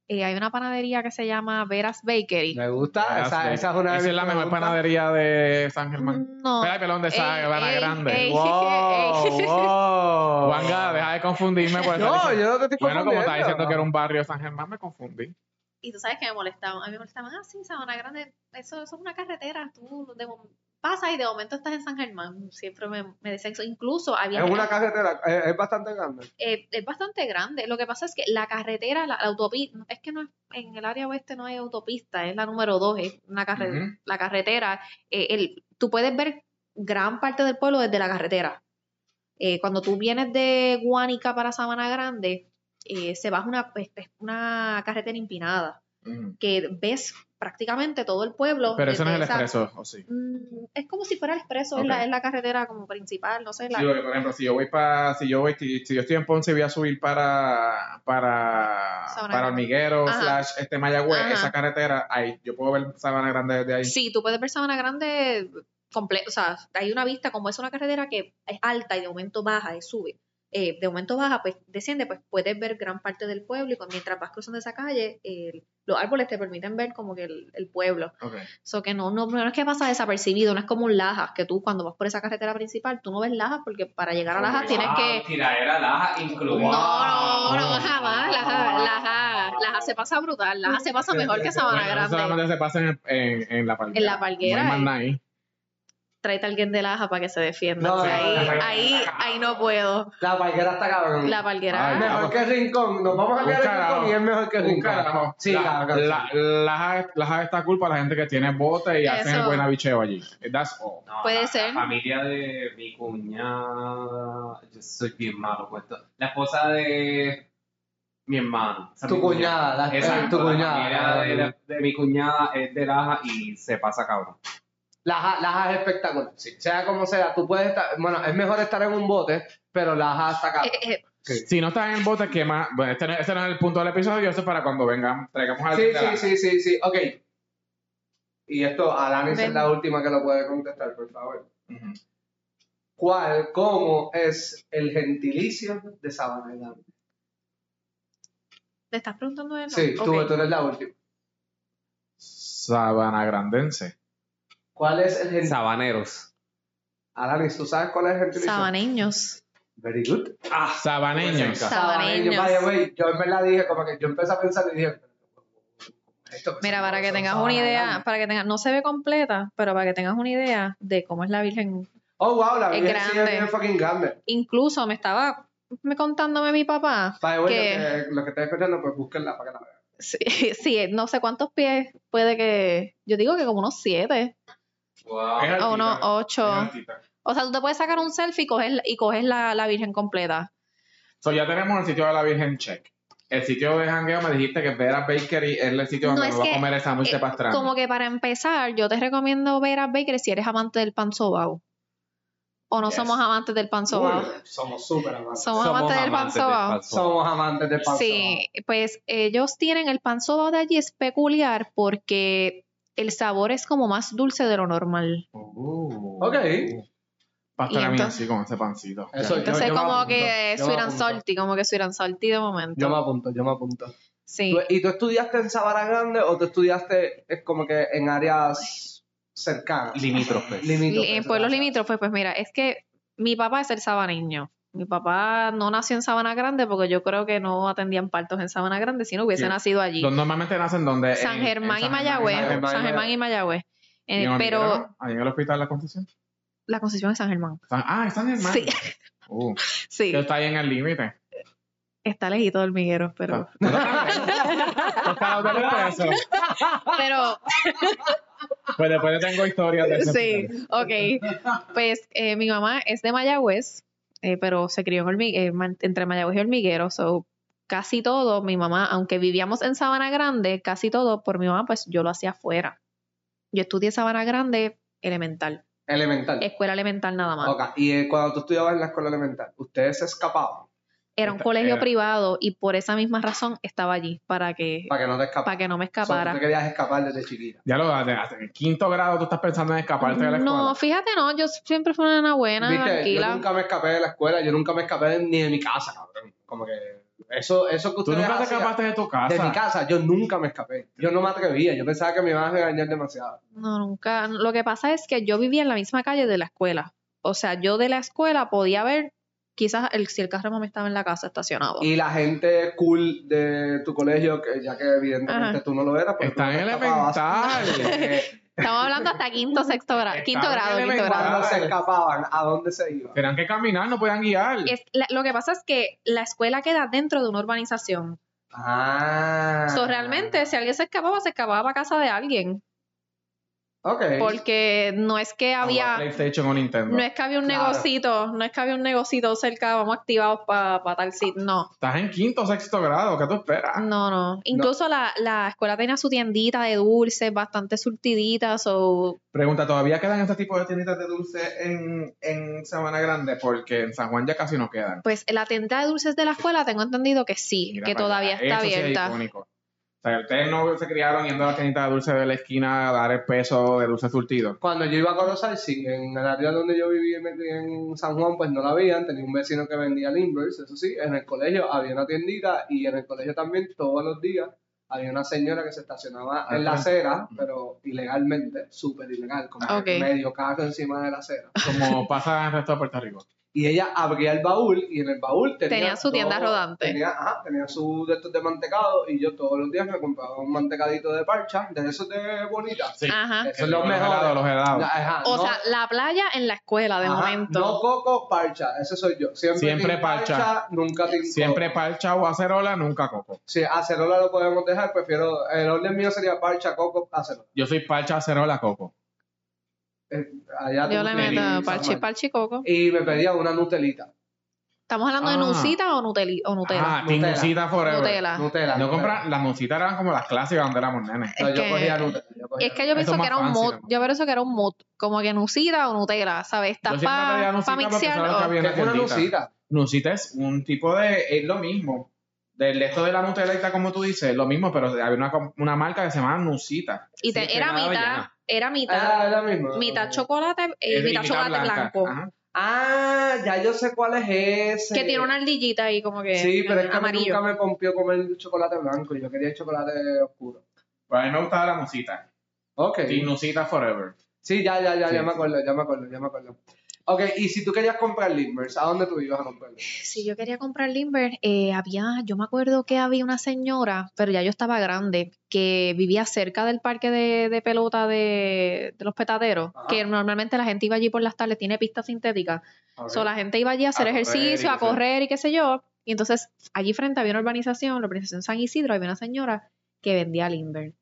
[SPEAKER 3] eh, hay una panadería que se llama Veras Bakery.
[SPEAKER 2] Me gusta,
[SPEAKER 4] Ah,
[SPEAKER 2] esa,
[SPEAKER 4] sí.
[SPEAKER 2] esa es una de
[SPEAKER 4] Esa
[SPEAKER 2] mis
[SPEAKER 4] es la mejor
[SPEAKER 2] preguntas.
[SPEAKER 4] panadería de San Germán.
[SPEAKER 3] No,
[SPEAKER 4] Espera, pelón de Sabana
[SPEAKER 3] ey,
[SPEAKER 4] Grande.
[SPEAKER 3] ey.
[SPEAKER 2] Wow, wow.
[SPEAKER 4] Juanga, deja de confundirme por estar
[SPEAKER 2] No,
[SPEAKER 4] diciendo-
[SPEAKER 2] yo no te estoy
[SPEAKER 4] Bueno, como estaba
[SPEAKER 2] confundiendo.
[SPEAKER 4] diciendo que era un barrio de San Germán, me confundí.
[SPEAKER 3] y tú sabes que me molestaban, a mí me molestaban, ah, sí, Sabana Grande, eso, eso es una carretera, tú de mom- pasas y de momento estás en San Germán, siempre me, me decían eso, incluso había...
[SPEAKER 2] Es una carretera, eh, es, bastante grande.
[SPEAKER 3] eh, es bastante grande. Lo que pasa es que la carretera, la, autopista, es que no es- en el área oeste no hay autopista, es la número dos, es una carretera.
[SPEAKER 4] Ujú.
[SPEAKER 3] La carretera, eh, el, tú puedes ver gran parte del pueblo desde la carretera. Eh, cuando tú vienes de Guánica para Sabana Grande, eh, se baja una, pues, pues, una carretera empinada
[SPEAKER 4] Ujú.
[SPEAKER 3] que ves prácticamente todo el pueblo.
[SPEAKER 4] Pero eso no es el
[SPEAKER 3] desde esa-
[SPEAKER 4] expreso, ¿o sí?
[SPEAKER 3] Mm, es como si fuera el expreso, es,
[SPEAKER 4] Ok.
[SPEAKER 3] la, es la carretera como principal, no sé. La,
[SPEAKER 4] Sí, porque, por ejemplo, si yo voy para, si yo voy, si, si yo estoy en Ponce y voy a subir para, para,
[SPEAKER 3] Sabana
[SPEAKER 4] para
[SPEAKER 3] Grande.
[SPEAKER 4] Hormiguero,
[SPEAKER 3] Ajá.
[SPEAKER 4] slash, este Mayagüez,
[SPEAKER 3] Ajá.
[SPEAKER 4] esa carretera, ahí, yo puedo ver Sabana Grande desde ahí.
[SPEAKER 3] Sí, tú puedes ver Sabana Grande completa. O sea, hay una vista como es una carretera que es alta y de momento baja y sube. eh, de momento baja, pues desciende, pues puedes ver gran parte del pueblo y cu- mientras vas cruzando esa calle, eh, los árboles te permiten ver como que el, el pueblo.
[SPEAKER 4] Ok.
[SPEAKER 3] So que no, no, no es que pasa desapercibido, no es como un Lajas, que tú cuando vas por esa carretera principal, tú no ves Lajas porque para llegar a Lajas tienes que...
[SPEAKER 1] Tiradera Ah, Laja incluida.
[SPEAKER 3] No, no, no, jamás. Laja, Laja, Laja se pasa brutal. Laja se pasa mejor que Sabana
[SPEAKER 4] Bueno, eso
[SPEAKER 3] Grande.
[SPEAKER 4] solamente se pasa en, en- en la parguera.
[SPEAKER 3] En la parguera,
[SPEAKER 4] No hay
[SPEAKER 3] eh.
[SPEAKER 4] más nadie.
[SPEAKER 3] Tráete a alguien de Laja para que se defienda.
[SPEAKER 2] No,
[SPEAKER 3] porque
[SPEAKER 2] no,
[SPEAKER 3] ahí,
[SPEAKER 2] no, no, no.
[SPEAKER 3] ahí, ahí no puedo.
[SPEAKER 2] La parquera está cabrón.
[SPEAKER 3] La
[SPEAKER 4] Ay,
[SPEAKER 3] palguera.
[SPEAKER 4] no.
[SPEAKER 2] Mejor que Rincón. Nos vamos a
[SPEAKER 4] Un
[SPEAKER 2] cambiar el
[SPEAKER 4] carajo.
[SPEAKER 2] Rincón y es mejor que
[SPEAKER 4] Un
[SPEAKER 2] Rincón.
[SPEAKER 4] carajo.
[SPEAKER 2] Sí,
[SPEAKER 4] la,
[SPEAKER 2] claro.
[SPEAKER 4] la, la- la- está culpa a la gente que tiene bote y hacen
[SPEAKER 3] Eso.
[SPEAKER 4] el buen abicheo allí. That's all.
[SPEAKER 1] No,
[SPEAKER 3] Puede
[SPEAKER 1] la-
[SPEAKER 3] ser.
[SPEAKER 1] La familia de mi cuñada. Yo soy bien malo con esto. La esposa de mi hermano. Esa es
[SPEAKER 2] Tu
[SPEAKER 1] mi
[SPEAKER 2] cuñada, la-
[SPEAKER 1] Exacto.
[SPEAKER 2] tu
[SPEAKER 1] la
[SPEAKER 2] cuñada. ah,
[SPEAKER 1] familia de, la- de mi cuñada es de Laja y se pasa cabrón.
[SPEAKER 2] Laja, Laja es espectacular. sí. Sea como sea, tú puedes estar. Bueno, es mejor estar en un bote, pero Laja está acá.
[SPEAKER 3] Eh, eh,
[SPEAKER 4] Si no estás en el bote, ¿qué más? Bueno, este no, este no es el punto del episodio, eso es para cuando vengamos, traigamos al
[SPEAKER 2] Sí, sí, sí, sí, sí. Ok. Y esto, Alanis es
[SPEAKER 3] Ven.
[SPEAKER 2] la última que lo puede contestar, por favor. ¿Cuál, cómo es el gentilicio de Sabana Grande?
[SPEAKER 3] ¿Te estás preguntando de
[SPEAKER 2] Sí, tú, tú eres la última.
[SPEAKER 4] Sabana Grandense.
[SPEAKER 2] ¿Cuál es el gentilicio?
[SPEAKER 1] Sabaneros.
[SPEAKER 2] Alanis, ¿tú sabes cuál es el gentilicio?
[SPEAKER 3] Sabaneños.
[SPEAKER 2] Very good.
[SPEAKER 1] Ah,
[SPEAKER 2] pues
[SPEAKER 1] Sabaneños.
[SPEAKER 4] Sabaneños.
[SPEAKER 3] Sabaneños.
[SPEAKER 2] By the way, yo en verdad dije, como que yo empecé a pensar y dije. esto- Pues
[SPEAKER 3] Mira, para que
[SPEAKER 2] son
[SPEAKER 3] tengas
[SPEAKER 2] Sabana
[SPEAKER 3] una idea,
[SPEAKER 2] Grande.
[SPEAKER 3] para que tengas, no se ve completa, pero para que tengas una idea de cómo es la Virgen.
[SPEAKER 2] Oh, wow, la
[SPEAKER 3] Es
[SPEAKER 2] vida sí es
[SPEAKER 3] grande.
[SPEAKER 2] bien fucking grande.
[SPEAKER 3] Incluso me estaba me contándome mi papá.
[SPEAKER 2] By the way,
[SPEAKER 3] Que-
[SPEAKER 2] los que- los que estén escuchando, pues búsquenla para que la vean.
[SPEAKER 3] Sí, sí, no sé cuántos pies puede que. Yo digo que como unos siete
[SPEAKER 1] Wow.
[SPEAKER 3] o unos Oh, ocho. O sea, tú te puedes sacar un selfie y coges, y coges la, la Virgen completa.
[SPEAKER 4] So, ya tenemos el sitio de la Virgen Check. El sitio de Hangueo me dijiste que Vera Bakery es el sitio
[SPEAKER 3] No,
[SPEAKER 4] donde
[SPEAKER 3] es
[SPEAKER 4] me voy a
[SPEAKER 3] que,
[SPEAKER 4] comer el sándwich de
[SPEAKER 3] eh,
[SPEAKER 4] pastrami.
[SPEAKER 3] Como que para empezar, yo te recomiendo ver a Baker si eres amante del pan sobao. O no
[SPEAKER 2] Yes.
[SPEAKER 3] somos amantes del pan sobao.
[SPEAKER 2] Uy, Somos súper amantes.
[SPEAKER 3] Somos amantes del pan sobao.
[SPEAKER 2] Somos amantes de pan
[SPEAKER 3] Sí, pues ellos tienen el pan sobao de allí es peculiar porque el sabor sobao. es como más dulce de lo normal.
[SPEAKER 1] Uh.
[SPEAKER 2] Ok.
[SPEAKER 3] Y
[SPEAKER 4] Pastrami
[SPEAKER 3] entonces-
[SPEAKER 4] así con ese pancito.
[SPEAKER 2] Eso, yo-
[SPEAKER 3] Entonces
[SPEAKER 2] yo me
[SPEAKER 3] como
[SPEAKER 2] apunto,
[SPEAKER 3] que
[SPEAKER 2] yo me
[SPEAKER 3] sweet and
[SPEAKER 2] apunto.
[SPEAKER 3] salty, como que sweet and salty de momento.
[SPEAKER 2] Yo me apunto, yo me apunto.
[SPEAKER 3] sí.
[SPEAKER 2] ¿Tú- ¿Y tú estudiaste en Sabana Grande o tú estudiaste eh, como que en áreas cercanas?
[SPEAKER 1] Limítrofes.
[SPEAKER 2] Limítrofes,
[SPEAKER 3] en pueblos
[SPEAKER 2] gracias.
[SPEAKER 3] limítrofes, pues mira, es que mi papá es el sabaneño. Mi papá no nació en Sabana Grande porque yo creo que no atendían partos en Sabana Grande, si no hubiese
[SPEAKER 4] Sí.
[SPEAKER 3] nacido allí.
[SPEAKER 4] Donde normalmente nacen donde.
[SPEAKER 3] San
[SPEAKER 4] En- en
[SPEAKER 3] Germán y
[SPEAKER 4] San
[SPEAKER 3] Mayagüez.
[SPEAKER 2] San
[SPEAKER 3] San
[SPEAKER 2] Germán
[SPEAKER 3] Germán,
[SPEAKER 2] y
[SPEAKER 3] y Mayagüez. Eh,
[SPEAKER 4] ¿Y en
[SPEAKER 3] pero
[SPEAKER 4] Olivera, no? ¿Ahí en el hospital la construcción?
[SPEAKER 3] la concesión es San Germán.
[SPEAKER 4] San- Ah, es San Germán.
[SPEAKER 3] Sí.
[SPEAKER 4] Uh,
[SPEAKER 3] Sí,
[SPEAKER 4] que está ahí en el límite.
[SPEAKER 3] está lejito del miguero, pero.
[SPEAKER 4] Está de los pesos.
[SPEAKER 3] Pero,
[SPEAKER 4] Pues después yo tengo historias de ese
[SPEAKER 3] sí,
[SPEAKER 4] hospital.
[SPEAKER 3] ok. Pues eh, mi mamá es de Mayagüez, eh, pero se crió en Hormi- eh, man- entre Mayagüez y Hormiguero, so casi todo, mi mamá, aunque vivíamos en Sabana Grande, casi todo por mi mamá, pues yo lo hacía afuera. Yo estudié Sabana Grande elemental,
[SPEAKER 2] Elemental.
[SPEAKER 3] escuela elemental nada más.
[SPEAKER 2] Ok, Y eh, cuando tú estudiabas en la escuela elemental, ¿ustedes se escapaban
[SPEAKER 3] Era un
[SPEAKER 4] Esta-
[SPEAKER 3] colegio
[SPEAKER 4] era-
[SPEAKER 3] privado y por esa misma razón estaba allí, para que,
[SPEAKER 2] para que no te escaparas?
[SPEAKER 3] para que no me
[SPEAKER 2] O sea,
[SPEAKER 3] escapara.
[SPEAKER 2] tú te querías escapar desde chiquita.
[SPEAKER 4] Ya lo hace. hasta En el quinto grado tú estás pensando en escaparte de la escuela.
[SPEAKER 3] No, fíjate, no, yo siempre fui una nena buena,
[SPEAKER 2] Viste,
[SPEAKER 3] tranquila.
[SPEAKER 2] yo nunca me escapé de la escuela, yo nunca me escapé de- ni de mi casa, cabrón. Como que eso, eso que
[SPEAKER 4] Tú
[SPEAKER 2] ustedes
[SPEAKER 4] nunca te
[SPEAKER 2] hacían
[SPEAKER 4] escapaste de tu
[SPEAKER 2] de mi
[SPEAKER 4] casa.
[SPEAKER 2] casa, yo nunca me escapé. Yo no me atrevía, yo pensaba que me iban a regañar demasiado.
[SPEAKER 3] No, nunca. Lo que pasa es que yo vivía en la misma calle de la escuela. O sea, yo de la escuela podía ver quizás el, si el carro de mamá estaba en la casa estacionado.
[SPEAKER 2] Y la gente cool de tu colegio, que ya que evidentemente
[SPEAKER 3] Ajá.
[SPEAKER 2] tú no lo eras, porque
[SPEAKER 4] Está
[SPEAKER 2] tú
[SPEAKER 4] en
[SPEAKER 2] no te escapabas.
[SPEAKER 4] elemental.
[SPEAKER 2] Eh,
[SPEAKER 3] Estamos hablando hasta quinto, sexto grado.
[SPEAKER 4] Estaba
[SPEAKER 3] Quinto grado,
[SPEAKER 4] bien
[SPEAKER 3] quinto grado.
[SPEAKER 2] Cuando se
[SPEAKER 4] Vale.
[SPEAKER 2] escapaban, ¿a dónde se iban?
[SPEAKER 4] Tenían que caminar, no podían guiar.
[SPEAKER 3] Es- la- lo que pasa es que la escuela queda dentro de una urbanización.
[SPEAKER 2] Ah.
[SPEAKER 3] So, realmente, si alguien se escapaba, se escapaba a casa de alguien.
[SPEAKER 2] Ah. Ok.
[SPEAKER 3] Porque no es que
[SPEAKER 4] Jugar
[SPEAKER 3] había,
[SPEAKER 4] PlayStation o Nintendo.
[SPEAKER 3] no es que había un
[SPEAKER 2] Claro.
[SPEAKER 3] negocito, no es que había un negocito cerca, vamos activados para tal sitio. No.
[SPEAKER 4] Estás en quinto o sexto grado, ¿qué tú esperas?
[SPEAKER 3] No, no. Incluso La, la escuela tenía su tiendita de dulces, bastante surtiditas o...
[SPEAKER 4] Pregunta, ¿todavía quedan este tipo de tienditas de dulce en, en Sabana Grande? Porque en San Juan ya casi no quedan.
[SPEAKER 3] Pues la tienda de dulces de la escuela tengo entendido que sí,
[SPEAKER 4] Mira
[SPEAKER 3] que
[SPEAKER 4] para
[SPEAKER 3] todavía
[SPEAKER 4] allá,
[SPEAKER 3] está
[SPEAKER 4] eso sí es
[SPEAKER 3] abierta.
[SPEAKER 4] icónico. sea, ustedes no se criaron yendo a la tiendita de dulce de la esquina a dar el peso de dulce surtido.
[SPEAKER 2] Cuando yo iba a Corozal, sí, en el área donde yo vivía en San Juan, pues no la habían. Tenía un vecino que vendía Limbers, eso sí. En el colegio había una tiendita y en el colegio también todos los días había una señora que se estacionaba en la acera, pero ilegalmente, súper ilegal, como que
[SPEAKER 3] Ok.
[SPEAKER 2] medio carro encima de la acera.
[SPEAKER 4] Como pasa en el resto de Puerto Rico.
[SPEAKER 2] Y ella abría el baúl y en el baúl tenía.
[SPEAKER 3] Tenía su tienda rodante.
[SPEAKER 2] Tenía, ajá, tenía su de estos de mantecado y yo todos los días me compraba un mantecadito de parcha, de esos de bonita.
[SPEAKER 4] Sí.
[SPEAKER 3] Ajá.
[SPEAKER 2] Esos son los mejores.
[SPEAKER 4] helados, los helados.
[SPEAKER 2] Ajá,
[SPEAKER 3] O
[SPEAKER 2] no-
[SPEAKER 3] sea, la playa en la escuela de
[SPEAKER 2] ajá,
[SPEAKER 3] momento.
[SPEAKER 2] No coco, parcha, ese soy yo. Siempre,
[SPEAKER 4] Siempre
[SPEAKER 2] team
[SPEAKER 4] parcha.
[SPEAKER 2] Nunca team
[SPEAKER 4] Siempre
[SPEAKER 2] coco.
[SPEAKER 4] parcha o acerola, nunca coco.
[SPEAKER 2] Si acerola lo podemos dejar, prefiero. El orden mío sería parcha, coco, acerola.
[SPEAKER 4] Yo soy parcha, acerola, coco.
[SPEAKER 2] Eh, allá
[SPEAKER 3] Yo
[SPEAKER 2] tú
[SPEAKER 3] le
[SPEAKER 2] tienes
[SPEAKER 3] meto
[SPEAKER 2] San
[SPEAKER 3] parchi,
[SPEAKER 2] Juan.
[SPEAKER 3] parchi coco.
[SPEAKER 2] Y me pedía una Nutelita.
[SPEAKER 3] ¿Estamos hablando de
[SPEAKER 4] Ah.
[SPEAKER 3] nucita o, nuteli, o Nutella?
[SPEAKER 4] Ah,
[SPEAKER 2] Nutella.
[SPEAKER 4] tingucita forever.
[SPEAKER 3] Nutella.
[SPEAKER 2] Nutella.
[SPEAKER 4] No
[SPEAKER 2] Nutella.
[SPEAKER 4] compra, las nucitas eran como las clásicas donde éramos nenes.
[SPEAKER 2] No,
[SPEAKER 3] Es
[SPEAKER 2] yo
[SPEAKER 3] que-
[SPEAKER 2] cogía Nutella. yo cogía
[SPEAKER 3] Es que yo
[SPEAKER 4] Eso
[SPEAKER 3] pienso que
[SPEAKER 4] es más
[SPEAKER 3] era un
[SPEAKER 4] fancy,
[SPEAKER 3] mod,
[SPEAKER 4] ¿no?
[SPEAKER 3] yo pienso que era un mod, como que nucita o Nutella, ¿sabes? Está
[SPEAKER 4] Yo siempre pedía
[SPEAKER 3] para
[SPEAKER 4] nucita porque
[SPEAKER 3] mixear.
[SPEAKER 4] sabes que
[SPEAKER 3] o-
[SPEAKER 4] había-
[SPEAKER 2] ¿Qué es una
[SPEAKER 4] tiendita.
[SPEAKER 2] Nucita?
[SPEAKER 4] Nucita es un tipo de, es lo mismo. Del esto de la Nutella, como tú dices, es lo mismo, pero había una, com- una marca que se llamaba Nucita.
[SPEAKER 3] Y te-
[SPEAKER 4] Sí,
[SPEAKER 3] era
[SPEAKER 4] pegada
[SPEAKER 3] mitad,
[SPEAKER 4] ya.
[SPEAKER 3] era mitad,
[SPEAKER 2] Ah, es la misma.
[SPEAKER 3] mitad chocolate y
[SPEAKER 4] Es- y
[SPEAKER 3] mitad Eh, chocolate
[SPEAKER 4] blanca.
[SPEAKER 3] blanco.
[SPEAKER 4] Ajá.
[SPEAKER 2] Ah, ya yo sé cuál es ese.
[SPEAKER 3] Que tiene una ardillita ahí como que
[SPEAKER 2] Sí, pero es que a mí
[SPEAKER 3] amarillo.
[SPEAKER 2] nunca me pompió comer chocolate blanco. Yo quería el chocolate oscuro.
[SPEAKER 4] Pero Pues a mí me gustaba la Nucita.
[SPEAKER 2] Ok.
[SPEAKER 4] Y Nucita Forever.
[SPEAKER 2] Sí, ya, ya, ya,
[SPEAKER 4] Sí,
[SPEAKER 2] ya me
[SPEAKER 4] sí.
[SPEAKER 2] acuerdo, ya me acuerdo, ya me acuerdo. Ok, y si tú querías comprar Limbers, ¿a dónde tú ibas a comprarlo?
[SPEAKER 3] Si yo quería comprar Limber, eh, había, yo me acuerdo que había una señora, pero ya yo estaba grande, que vivía cerca del parque de, de pelota de, de los petaderos,
[SPEAKER 2] Ajá.
[SPEAKER 3] que normalmente la gente iba allí por las tardes, tiene pistas sintéticas.
[SPEAKER 2] Ok.
[SPEAKER 3] So, la gente iba allí a hacer
[SPEAKER 4] A correr y
[SPEAKER 3] ejercicio,
[SPEAKER 4] qué
[SPEAKER 3] a
[SPEAKER 4] sé yo.
[SPEAKER 3] correr y qué sé yo. Y entonces allí frente había una urbanización, la urbanización San Isidro, había una señora que vendía Limber.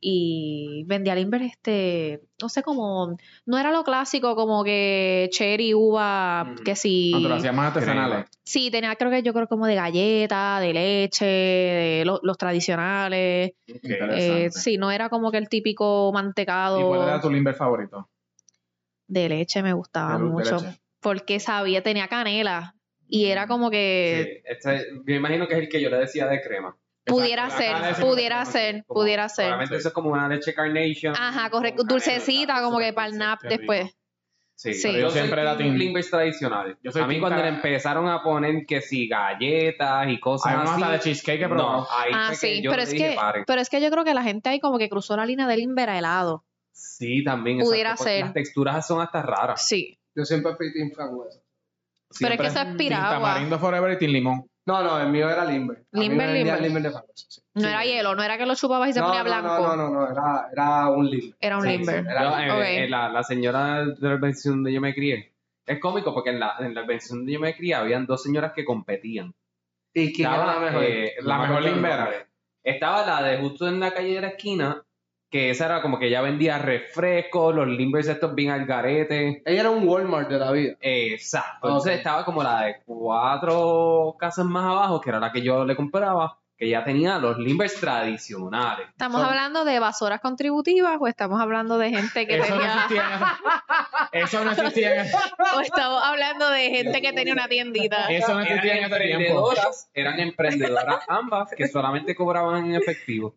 [SPEAKER 3] Y vendía Limber, este, no sé cómo, no era lo clásico como que cherry, uva,
[SPEAKER 4] Mm.
[SPEAKER 3] que si...
[SPEAKER 4] Cuando lo hacían más artesanales.
[SPEAKER 3] Sí, tenía creo que yo creo como de galleta, de leche, de lo- los tradicionales.
[SPEAKER 4] Interesante.
[SPEAKER 3] Eh, sí, no era como que el típico mantecado
[SPEAKER 4] ¿Y cuál era tu limber favorito?
[SPEAKER 3] de leche, me gustaba
[SPEAKER 4] De luz de
[SPEAKER 3] Ah, mucho.
[SPEAKER 4] leche.
[SPEAKER 3] Porque sabía, tenía canela. Y era como que
[SPEAKER 1] Sí, este, me imagino que es el que yo le decía de crema.
[SPEAKER 3] pudiera
[SPEAKER 4] Exacto, la canela
[SPEAKER 3] ser,
[SPEAKER 4] sí me
[SPEAKER 3] pudiera
[SPEAKER 4] gusta,
[SPEAKER 3] ser,
[SPEAKER 1] Como-
[SPEAKER 3] pudiera ser.
[SPEAKER 1] Probablemente eso es como una leche carnation.
[SPEAKER 3] Ajá,
[SPEAKER 1] con
[SPEAKER 3] correcto.
[SPEAKER 1] canela y tal,
[SPEAKER 3] Dulcecita, como que
[SPEAKER 4] súper
[SPEAKER 3] para el
[SPEAKER 4] dulce,
[SPEAKER 3] nap
[SPEAKER 4] qué
[SPEAKER 3] después.
[SPEAKER 1] Sí,
[SPEAKER 3] Sí.
[SPEAKER 1] yo siempre era team Limbers tradicionales.
[SPEAKER 4] Yo soy
[SPEAKER 1] a mí
[SPEAKER 4] team
[SPEAKER 1] cuando
[SPEAKER 4] ca-
[SPEAKER 1] le empezaron a poner que si galletas y cosas
[SPEAKER 4] Además,
[SPEAKER 1] así.
[SPEAKER 4] hasta de cheesecake que
[SPEAKER 1] no,
[SPEAKER 4] probamos.
[SPEAKER 1] ahí
[SPEAKER 3] Ah,
[SPEAKER 1] fue que
[SPEAKER 3] sí,
[SPEAKER 1] yo
[SPEAKER 3] pero
[SPEAKER 1] le
[SPEAKER 3] es
[SPEAKER 1] dije,
[SPEAKER 3] que,
[SPEAKER 1] "Paren".
[SPEAKER 3] pero es que yo creo que la gente ahí como que cruzó la línea del Invera helado.
[SPEAKER 1] Sí, también.
[SPEAKER 3] Pudiera
[SPEAKER 1] exacto, porque
[SPEAKER 3] ser.
[SPEAKER 1] Las texturas son hasta raras.
[SPEAKER 3] Sí.
[SPEAKER 2] Yo siempre fui Team Frank West.
[SPEAKER 3] Pero es que
[SPEAKER 4] Siempre
[SPEAKER 3] eso es
[SPEAKER 4] team
[SPEAKER 3] piragua.
[SPEAKER 4] Tamarindo Forever y team limón.
[SPEAKER 2] No, no, el mío era Limber. A mí
[SPEAKER 3] Limber,
[SPEAKER 2] me vendían
[SPEAKER 3] Limber.
[SPEAKER 2] Limber de Frank West, sí.
[SPEAKER 3] No
[SPEAKER 2] Sí.
[SPEAKER 3] era hielo, no era que lo chupabas y se
[SPEAKER 2] No,
[SPEAKER 3] ponía
[SPEAKER 2] no,
[SPEAKER 3] blanco.
[SPEAKER 2] No, no, no, no, era, era un Limber.
[SPEAKER 3] Era un
[SPEAKER 2] Sí,
[SPEAKER 3] Limber.
[SPEAKER 2] sí,
[SPEAKER 1] Yo,
[SPEAKER 2] era-
[SPEAKER 1] eh,
[SPEAKER 3] Ok.
[SPEAKER 1] eh, la, la señora de la pensión donde yo me crié. Es cómico porque en la, en la pensión donde yo me crié habían dos señoras que competían.
[SPEAKER 2] ¿Y quién era la mejor?
[SPEAKER 1] eh,
[SPEAKER 4] La
[SPEAKER 1] no me
[SPEAKER 4] mejor
[SPEAKER 1] acuerdo el
[SPEAKER 4] limbera.
[SPEAKER 1] nombre. Estaba la de justo en la calle de la esquina, que esa era como que ella vendía refrescos, los limbers estos bien al garete.
[SPEAKER 2] Ella era un Walmart de la vida.
[SPEAKER 1] Exacto. Entonces
[SPEAKER 2] Ok.
[SPEAKER 1] estaba como la de cuatro casas más abajo, que era la que yo le compraba, que ya tenía los limbers tradicionales.
[SPEAKER 3] ¿Estamos
[SPEAKER 2] Son-
[SPEAKER 3] hablando de evasoras contributivas o estamos hablando de gente que
[SPEAKER 4] Eso no
[SPEAKER 3] tenía...
[SPEAKER 4] existía en esa- Eso no existía en esa-
[SPEAKER 3] o estamos hablando de gente que tenía una tiendita?
[SPEAKER 4] Eso no existía en
[SPEAKER 1] Eran
[SPEAKER 4] ese tiempo.
[SPEAKER 1] emprendedoras, eran emprendedoras ambas que solamente cobraban en efectivo.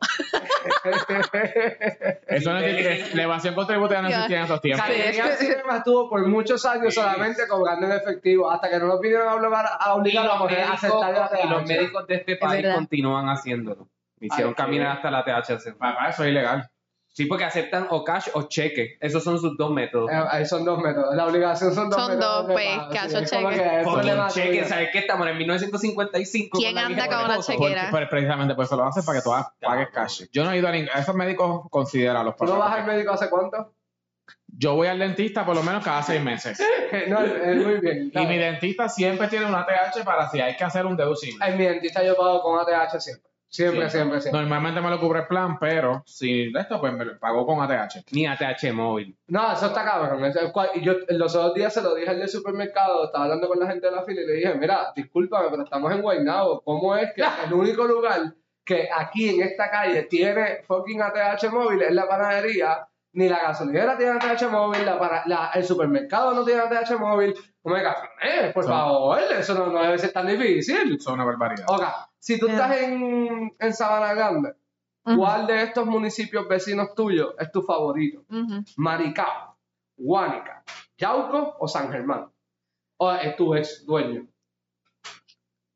[SPEAKER 4] Eso no existía. La evasión contributiva no existía en esos tiempos.
[SPEAKER 2] Caribbean Cinema estuvo por muchos años
[SPEAKER 1] Sí.
[SPEAKER 2] solamente cobrando en efectivo, hasta que no lo pidieron a obligar a,
[SPEAKER 1] Y
[SPEAKER 2] obligar a
[SPEAKER 1] los,
[SPEAKER 2] poner a aceptar la
[SPEAKER 1] médicos, y los
[SPEAKER 2] TH.
[SPEAKER 1] médicos de este país
[SPEAKER 3] verdad.
[SPEAKER 1] continúan haciéndolo. Me hicieron
[SPEAKER 2] Ay, qué
[SPEAKER 1] caminar
[SPEAKER 2] bueno.
[SPEAKER 1] hasta la THC.
[SPEAKER 4] Papá, eso es ilegal.
[SPEAKER 1] Sí, porque aceptan o cash o cheque. Esos son sus dos métodos.
[SPEAKER 2] Eh, ahí son dos métodos. La obligación son dos
[SPEAKER 3] Son
[SPEAKER 2] métodos.
[SPEAKER 3] dos,
[SPEAKER 2] de
[SPEAKER 3] pues,
[SPEAKER 2] pago,
[SPEAKER 3] caso
[SPEAKER 2] es como
[SPEAKER 3] cheque.
[SPEAKER 2] que es
[SPEAKER 1] Fucking
[SPEAKER 2] problema
[SPEAKER 1] cheque,
[SPEAKER 2] tuyo.
[SPEAKER 1] ¿sabes qué? Estamos en 1955.
[SPEAKER 3] ¿Quién anda
[SPEAKER 1] misma
[SPEAKER 3] con una
[SPEAKER 1] cosa.
[SPEAKER 3] chequera? Chequera.
[SPEAKER 4] Por- precisamente por eso lo hacen, para que todas pagues cash. Yo no he ido a ningún... A esos médicos, considéralos.
[SPEAKER 2] ¿Tú
[SPEAKER 4] por
[SPEAKER 2] no
[SPEAKER 4] favor.
[SPEAKER 2] vas al médico hace cuánto?
[SPEAKER 4] Yo voy al dentista por lo menos cada seis meses.
[SPEAKER 2] no, es muy bien.
[SPEAKER 4] Y mi dentista siempre tiene una TH para si hay que hacer un deducible.
[SPEAKER 2] En mi dentista yo pago con ATH siempre. Siempre,
[SPEAKER 4] Sí.
[SPEAKER 2] siempre, siempre.
[SPEAKER 4] Normalmente me lo cubre el plan, pero si de esto, pues me lo pagó con ATH.
[SPEAKER 1] Ni ATH móvil.
[SPEAKER 2] No, eso está cabrón. Eso es cual- y yo los otros días se lo dije al del supermercado, estaba hablando con la gente de la fila y le dije, mira, discúlpame, pero estamos en Guaynabo. ¿Cómo es que el único lugar que aquí en esta calle tiene fucking ATH móvil es la panadería? Ni la gasolinera tiene ATH móvil, la para- la- el supermercado no tiene ATH móvil. Oh No me cabrones, eh, por
[SPEAKER 4] Son-
[SPEAKER 2] favor, eso no, no debe ser tan difícil.
[SPEAKER 4] Eso es una barbaridad.
[SPEAKER 2] Oga, si tú estás en, en Sabana Grande
[SPEAKER 3] Eh. Ujú,
[SPEAKER 2] ¿Cuál de estos municipios vecinos tuyos es tu favorito?
[SPEAKER 3] ujú.
[SPEAKER 2] Maricao, Guánica, Yauco o San Germán. O es tu ex dueño.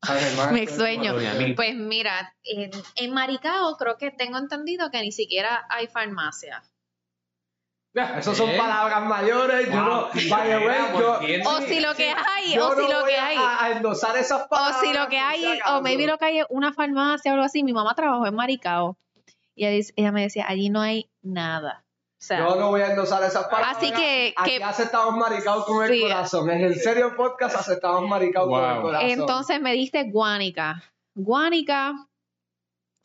[SPEAKER 2] San Germán.
[SPEAKER 3] Mi
[SPEAKER 2] es
[SPEAKER 3] ex
[SPEAKER 2] tu
[SPEAKER 3] dueño.
[SPEAKER 2] dueño.
[SPEAKER 3] Pues mira, en, en Maricao creo que tengo entendido que ni siquiera hay farmacia.
[SPEAKER 2] Esas son
[SPEAKER 4] ¿Eh?
[SPEAKER 2] palabras mayores. Yo no.
[SPEAKER 1] Wow,
[SPEAKER 2] By the way,
[SPEAKER 1] tijera,
[SPEAKER 2] yo.
[SPEAKER 1] ¿por qué?
[SPEAKER 3] O
[SPEAKER 2] sí,
[SPEAKER 3] si lo que
[SPEAKER 2] sí,
[SPEAKER 3] hay,
[SPEAKER 2] yo
[SPEAKER 3] o si
[SPEAKER 2] no
[SPEAKER 3] lo
[SPEAKER 2] voy
[SPEAKER 3] que
[SPEAKER 2] a-
[SPEAKER 3] hay.
[SPEAKER 2] A, a endosar esas
[SPEAKER 3] O
[SPEAKER 2] palabras.
[SPEAKER 3] si lo que
[SPEAKER 2] por si
[SPEAKER 3] hay,
[SPEAKER 2] acaso.
[SPEAKER 3] o maybe lo que hay es una farmacia o algo así. Mi mamá trabajó en Maricao y ella, dice- ella me decía, allí no hay nada. O sea,
[SPEAKER 2] Yo no voy a endosar esas palabras.
[SPEAKER 3] así que,
[SPEAKER 2] Aquí
[SPEAKER 3] que-
[SPEAKER 2] aceptamos maricao con el
[SPEAKER 3] Sí.
[SPEAKER 2] corazón. En el serio podcast aceptamos maricao con el
[SPEAKER 4] Wow.
[SPEAKER 2] corazón.
[SPEAKER 3] entonces me diste Guánica. Guánica,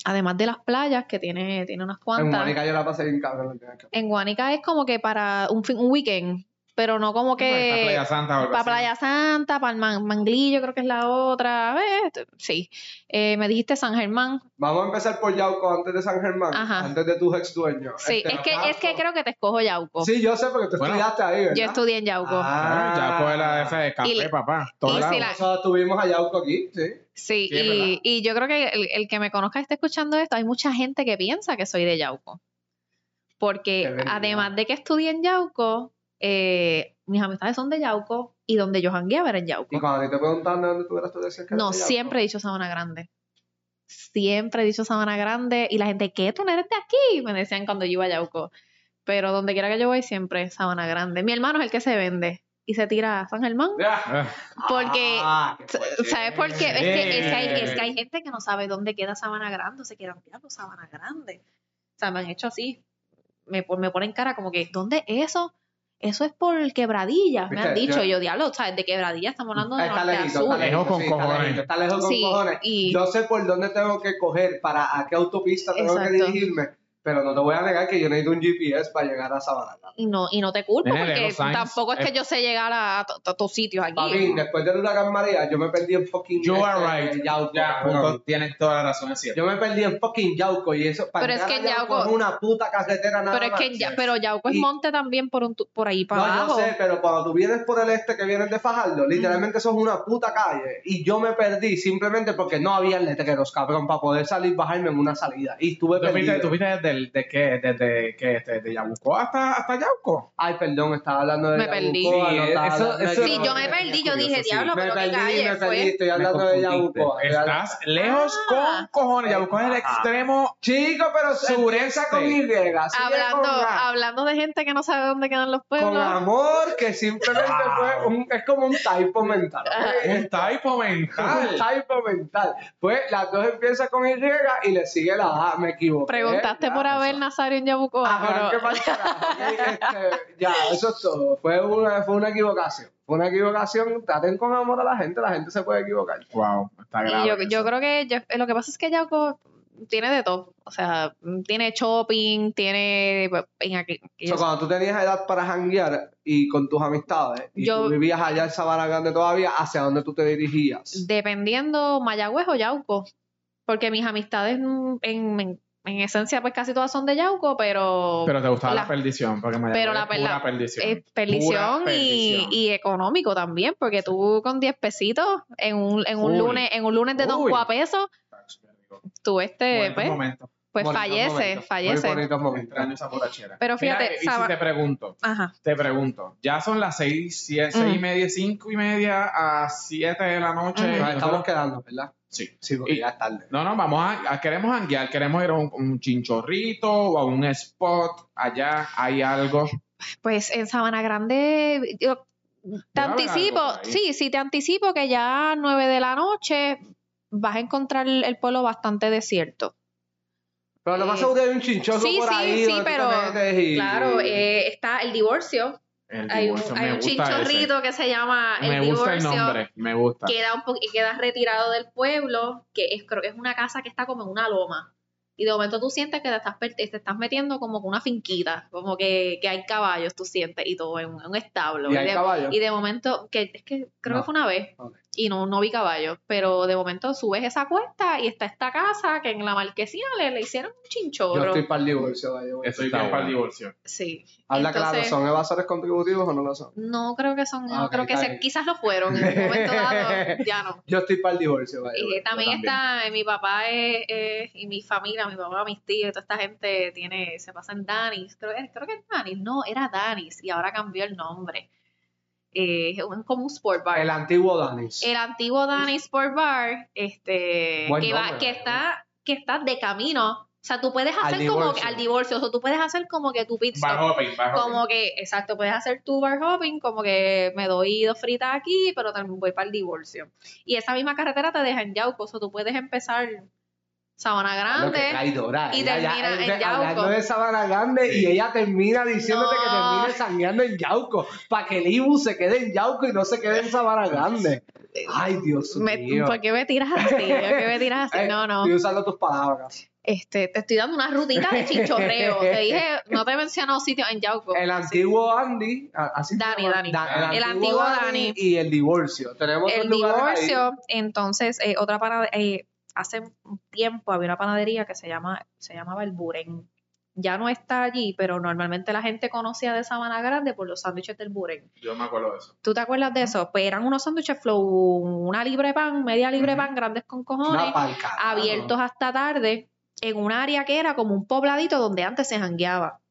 [SPEAKER 3] además de las playas que tiene, tiene unas
[SPEAKER 2] en
[SPEAKER 3] cuantas.
[SPEAKER 2] Mónica yo la pasé bien cabrón.
[SPEAKER 3] En Guánica es como que para un, fin- un weekend, pero no como
[SPEAKER 4] Está
[SPEAKER 3] que...
[SPEAKER 2] pues,
[SPEAKER 4] Playa Santa o algo
[SPEAKER 3] Para
[SPEAKER 4] así.
[SPEAKER 3] Playa Santa, para el Man- Manglillo, creo que es la otra. eh, t- sí. Eh, me dijiste San Germán.
[SPEAKER 2] Vamos a empezar por Yauco antes de San Germán,
[SPEAKER 3] Ajá.
[SPEAKER 2] antes de tus ex dueños.
[SPEAKER 3] Sí,
[SPEAKER 2] Este,
[SPEAKER 3] es que,
[SPEAKER 2] Yauco.
[SPEAKER 3] es que creo que te escojo Yauco.
[SPEAKER 2] Sí, yo sé porque tú
[SPEAKER 4] Bueno,
[SPEAKER 2] estudiaste ahí, ¿verdad?
[SPEAKER 3] Yo estudié en Yauco.
[SPEAKER 2] Ah,
[SPEAKER 4] Ah, ya fue la esa de café,
[SPEAKER 3] Y-
[SPEAKER 4] papá.
[SPEAKER 3] y
[SPEAKER 4] Todo
[SPEAKER 3] si
[SPEAKER 4] lado.
[SPEAKER 3] la-
[SPEAKER 2] Nosotros tuvimos a Yauco aquí, sí.
[SPEAKER 3] Sí,
[SPEAKER 4] Sí, es
[SPEAKER 3] y,
[SPEAKER 4] verdad.
[SPEAKER 3] y yo creo que el, el que me conozca y esté escuchando esto, hay mucha gente que piensa que soy de Yauco.
[SPEAKER 2] Qué
[SPEAKER 3] Porque
[SPEAKER 2] bendiga.
[SPEAKER 3] además de que estudié en Yauco, eh, mis amistades son de Yauco y donde yo jangueaba era en
[SPEAKER 4] Ah.
[SPEAKER 2] Y
[SPEAKER 3] Yauco.
[SPEAKER 2] cuando a ti te preguntaban de dónde tú eras, tú decías que
[SPEAKER 3] No,
[SPEAKER 2] eras de Yauco.
[SPEAKER 3] siempre he dicho Sabana Grande. Siempre he dicho Sabana Grande y la gente, ¿qué tú no eres de aquí? Me decían cuando yo iba a Yauco. Pero donde quiera que yo voy, siempre Sabana Grande. Mi hermano es el que se vende y se tira a San Germán
[SPEAKER 4] Ah,
[SPEAKER 3] porque
[SPEAKER 2] Ah, qué fuerte.
[SPEAKER 3] ¿Sabes por qué? Es que, es, que hay, es que hay
[SPEAKER 4] Sí.
[SPEAKER 3] gente que no sabe dónde queda Sabana Grande, o se quedan diablos Sabana Grande. O sea, me han hecho así. Me, pon- me ponen cara como que, ¿dónde eso? Eso es por quebradillas, me
[SPEAKER 2] Viste,
[SPEAKER 3] han dicho.
[SPEAKER 2] yo-
[SPEAKER 3] Y yo, diablo, ¿sabes? De quebradillas estamos hablando de
[SPEAKER 2] Está
[SPEAKER 3] norte a
[SPEAKER 2] lejito,
[SPEAKER 3] sur.
[SPEAKER 2] está lejos
[SPEAKER 4] Lejos con
[SPEAKER 2] sí, está
[SPEAKER 4] cojones.
[SPEAKER 2] lejito, Está lejos con
[SPEAKER 3] Sí,
[SPEAKER 2] cojones.
[SPEAKER 3] y
[SPEAKER 2] Yo sé por dónde tengo que coger, para a qué autopista tengo que
[SPEAKER 3] Exacto.
[SPEAKER 2] dirigirme, pero no te voy a negar que yo necesito un GPS para llegar a Sabana.
[SPEAKER 3] y no, y no te culpo
[SPEAKER 4] Nene,
[SPEAKER 3] porque
[SPEAKER 4] Leo Sainz
[SPEAKER 3] tampoco es que yo sé llegar a, to- to- tus sitios aquí.
[SPEAKER 2] Papi, después del huracán María, yo me perdí en fucking
[SPEAKER 4] You are
[SPEAKER 2] este,
[SPEAKER 4] right.
[SPEAKER 2] Yauco.
[SPEAKER 4] Ya,
[SPEAKER 2] cabrón.
[SPEAKER 4] punto, tienes toda la razón, es cierto.
[SPEAKER 2] Yo me perdí en fucking Yauco y eso para
[SPEAKER 3] Pero es
[SPEAKER 2] llegar
[SPEAKER 3] que
[SPEAKER 2] a
[SPEAKER 3] en Yauco-
[SPEAKER 2] es una puta carretera nada
[SPEAKER 3] pero es que
[SPEAKER 2] más.
[SPEAKER 3] ya, pero Yauco es
[SPEAKER 2] Y-
[SPEAKER 3] monte también por un tu- por ahí para
[SPEAKER 2] no,
[SPEAKER 3] abajo.
[SPEAKER 2] yo sé, pero cuando tú vienes por el este que vienes de Fajardo, literalmente eso es una puta calle. Y yo me perdí simplemente porque no había letreros, cabrón, para poder salir, bajarme en una salida. Y estuve
[SPEAKER 4] ¿Tú viste,
[SPEAKER 2] perdido.
[SPEAKER 4] tú viste desde, el- de qué- desde que este, de Yabucoa hasta, hasta Yauco?
[SPEAKER 2] Ay, perdón, estaba hablando de
[SPEAKER 3] Me
[SPEAKER 2] Yabucoa,
[SPEAKER 3] perdí.
[SPEAKER 2] no
[SPEAKER 1] Sí,
[SPEAKER 2] estaba
[SPEAKER 1] eso-
[SPEAKER 2] hablando de
[SPEAKER 1] eso-
[SPEAKER 3] Sí,
[SPEAKER 2] Yabucoa.
[SPEAKER 3] yo me perdí, yo
[SPEAKER 4] curioso,
[SPEAKER 3] dije,
[SPEAKER 4] sí.
[SPEAKER 3] diablo,
[SPEAKER 2] Me
[SPEAKER 3] pero qué
[SPEAKER 2] perdí,
[SPEAKER 3] calle
[SPEAKER 2] me
[SPEAKER 3] fue.
[SPEAKER 2] perdí, estoy
[SPEAKER 4] Me
[SPEAKER 2] hablando de
[SPEAKER 4] confundiste.
[SPEAKER 2] Yabucoa.
[SPEAKER 4] Estás lejos
[SPEAKER 3] Ah.
[SPEAKER 4] con cojones. Yabucoa es el
[SPEAKER 2] Ajá.
[SPEAKER 4] extremo.
[SPEAKER 2] Chico, pero
[SPEAKER 4] Sureste.
[SPEAKER 2] sureza con Y, sigue
[SPEAKER 3] hablando,
[SPEAKER 2] con A.
[SPEAKER 3] hablando de gente que no sabe dónde quedan los
[SPEAKER 2] con
[SPEAKER 3] pueblos.
[SPEAKER 2] amor que simplemente
[SPEAKER 4] Wow.
[SPEAKER 2] fue un, es como un typo mental.
[SPEAKER 4] Un typo mental.
[SPEAKER 2] Un typo mental. Pues las dos empiezan con Y y le sigue la A. Me equivoqué.
[SPEAKER 4] eh,
[SPEAKER 3] Preguntaste
[SPEAKER 2] haber
[SPEAKER 3] por Abel Nazario en Yabucoa. pero-
[SPEAKER 2] Este, ya, eso es todo. Fue una, fue una equivocación. Fue una equivocación. Traten con amor a la gente. La gente se puede equivocar.
[SPEAKER 4] Wow, está
[SPEAKER 3] Y
[SPEAKER 4] grave.
[SPEAKER 3] yo, yo
[SPEAKER 4] eso.
[SPEAKER 3] creo que yo- lo que pasa es que Yauco tiene de todo. O sea, tiene shopping, tiene. en aqu-
[SPEAKER 2] O sea, cuando tú tenías edad para janguear y con tus amistades y
[SPEAKER 3] Yo-
[SPEAKER 2] tú vivías allá en Sabana Grande todavía, ¿hacia dónde tú te dirigías?
[SPEAKER 3] dependiendo Mayagüez o Yauco. Porque mis amistades mm, en, en- en esencia, pues casi todas son de Yauco, pero.
[SPEAKER 4] Pero te gustaba la,
[SPEAKER 3] la-
[SPEAKER 4] perdición, porque me
[SPEAKER 3] pero la perla-
[SPEAKER 4] pura perdición.
[SPEAKER 3] es perdición,
[SPEAKER 4] Pura
[SPEAKER 3] y,
[SPEAKER 4] perdición.
[SPEAKER 3] y económico también, porque tú con 10 pesitos en un, en un
[SPEAKER 4] Uy.
[SPEAKER 3] lunes, en un lunes de
[SPEAKER 4] Uy.
[SPEAKER 3] 2 a pesos, tú este,
[SPEAKER 4] Bonitos
[SPEAKER 3] pues,
[SPEAKER 4] momentos.
[SPEAKER 3] pues
[SPEAKER 2] Bonitos
[SPEAKER 3] fallece,
[SPEAKER 2] momentos,
[SPEAKER 3] fallece.
[SPEAKER 2] Muy bonitos momentos.
[SPEAKER 4] Extraño esa borrachera.
[SPEAKER 3] Pero fíjate,
[SPEAKER 4] Mira, y
[SPEAKER 3] Saba-
[SPEAKER 4] si te pregunto,
[SPEAKER 3] Ajá.
[SPEAKER 4] te pregunto, ya son las seis, siete,
[SPEAKER 3] Mm.
[SPEAKER 4] seis y media, cinco y media a siete de la noche.
[SPEAKER 3] Mm.
[SPEAKER 4] Y
[SPEAKER 2] Nos estamos
[SPEAKER 4] nosotros-
[SPEAKER 2] quedando, ¿verdad?
[SPEAKER 4] Sí.
[SPEAKER 2] Sí, porque
[SPEAKER 4] Y-
[SPEAKER 2] ya es tarde.
[SPEAKER 4] No, no, vamos a, a- queremos hanguear, queremos ir a un, un chinchorrito o a un spot, allá hay algo.
[SPEAKER 3] Pues en Sabana Grande, yo te
[SPEAKER 4] habrá algo
[SPEAKER 3] anticipo,
[SPEAKER 4] por ahí.
[SPEAKER 3] sí, sí, te anticipo que ya a 9 de la noche vas a encontrar el el pueblo bastante desierto.
[SPEAKER 2] Pero lo más
[SPEAKER 3] Eh,
[SPEAKER 2] seguro es un chinchoso
[SPEAKER 3] sí,
[SPEAKER 2] por
[SPEAKER 3] sí,
[SPEAKER 2] ahí.
[SPEAKER 3] sí,
[SPEAKER 2] donde tú te
[SPEAKER 3] pero-
[SPEAKER 2] metes y-
[SPEAKER 3] Claro, eh, está el divorcio,
[SPEAKER 4] El
[SPEAKER 3] hay un,
[SPEAKER 4] divorcio,
[SPEAKER 3] hay
[SPEAKER 4] me
[SPEAKER 3] un
[SPEAKER 4] gusta ese.
[SPEAKER 3] chinchorrito que se llama el
[SPEAKER 4] Me
[SPEAKER 3] divorcio.
[SPEAKER 4] gusta el nombre, me gusta.
[SPEAKER 3] queda un po- queda retirado del pueblo, que es, creo que es una casa que está como en una loma. Y de momento tú sientes que te estás, per- te estás metiendo como con una finquita, como que, que hay caballos, tú sientes, y todo en un, un establo.
[SPEAKER 2] Y hay
[SPEAKER 3] de,
[SPEAKER 2] caballos.
[SPEAKER 3] y de momento, que es que creo
[SPEAKER 2] No.
[SPEAKER 3] que fue una vez.
[SPEAKER 2] Ok.
[SPEAKER 3] y no, no vi caballos, pero de momento subes esa cuesta y está esta casa que en la marquesina le, le hicieron un
[SPEAKER 2] Yo
[SPEAKER 3] chinchorro.
[SPEAKER 2] estoy para el divorcio, vaya. güey.
[SPEAKER 4] Estoy
[SPEAKER 1] Está
[SPEAKER 4] bien para
[SPEAKER 1] bueno.
[SPEAKER 4] el divorcio.
[SPEAKER 3] Sí.
[SPEAKER 2] Habla
[SPEAKER 3] Entonces-
[SPEAKER 2] claro, ¿son evasores contributivos o no lo son?
[SPEAKER 3] No creo que son, no
[SPEAKER 2] Ah, ok,
[SPEAKER 3] creo que
[SPEAKER 2] está
[SPEAKER 3] se,
[SPEAKER 2] bien.
[SPEAKER 3] quizás lo fueron, en un momento dado ya no.
[SPEAKER 2] Yo estoy para el divorcio, vaya.
[SPEAKER 3] Y
[SPEAKER 2] güey.
[SPEAKER 3] también,
[SPEAKER 4] también.
[SPEAKER 3] está, eh, mi papá es, es- y mi familia, mi papá, mis tíos, toda esta gente tiene, se pasa en Danis, creo, eh, creo que es Danis, no, era Danis y ahora cambió el nombre. Eh, es un- como un sport bar.
[SPEAKER 2] El antiguo Danis.
[SPEAKER 3] El antiguo Danny Sport Bar, este,
[SPEAKER 2] Buen
[SPEAKER 3] que, va-
[SPEAKER 2] nombre,
[SPEAKER 3] que,
[SPEAKER 2] ¿verdad?
[SPEAKER 3] está, que está de camino. O sea, tú puedes
[SPEAKER 2] Al
[SPEAKER 3] hacer como que
[SPEAKER 2] divorcio.
[SPEAKER 3] al divorcio, o sea, tú puedes hacer como que tu pizza.
[SPEAKER 4] Bar hopping, bar hopping.
[SPEAKER 3] Como que, exacto, puedes hacer tu bar hopping, como que me doy dos fritas aquí, pero también voy para el divorcio. Y esa misma carretera te deja en Yauco, o sea, tú puedes empezar Sabana
[SPEAKER 2] Lo que
[SPEAKER 3] Grande.
[SPEAKER 2] traidora,
[SPEAKER 3] y
[SPEAKER 2] ella ya-
[SPEAKER 3] termina en
[SPEAKER 2] ella Hablando
[SPEAKER 3] Yauco.
[SPEAKER 2] de Sabana Grande y ella termina diciéndote que
[SPEAKER 3] No.
[SPEAKER 2] termine sangueando en Yauco. Para que el Ibu se quede en Yauco y no se quede en Sabana Grande. Ay, Dios
[SPEAKER 3] Me-
[SPEAKER 2] mío.
[SPEAKER 3] ¿Por qué me tiras así? ¿Por qué me tiras así?
[SPEAKER 2] Eh,
[SPEAKER 3] No, no.
[SPEAKER 2] Estoy usando tus palabras.
[SPEAKER 3] Este, te estoy dando una rutita de chichorreo. Te dije, no te he mencionado sitios en Yauco.
[SPEAKER 2] El antiguo Andy. a- Así se
[SPEAKER 3] Dani,
[SPEAKER 2] llama.
[SPEAKER 3] Dani.
[SPEAKER 2] Da-
[SPEAKER 3] El antiguo Dani.
[SPEAKER 2] Y el divorcio. Tenemos
[SPEAKER 3] el
[SPEAKER 2] dos lugares ahí.
[SPEAKER 3] divorcio, entonces, eh, otra panadería, hace un tiempo había una panadería que se, llama, se llamaba El Buren. Ya no está allí, pero normalmente la gente conocía de Sabana Grande por los sándwiches del Buren.
[SPEAKER 4] Yo me acuerdo de eso.
[SPEAKER 3] ¿Tú te acuerdas de eso? Pues eran unos sándwiches flow, una libre pan, media libre
[SPEAKER 4] Ujú.
[SPEAKER 3] pan, grandes con
[SPEAKER 2] Una
[SPEAKER 3] cojones,
[SPEAKER 2] palca.
[SPEAKER 3] abiertos hasta tarde, en un área que era como un pobladito donde antes se jangueaba.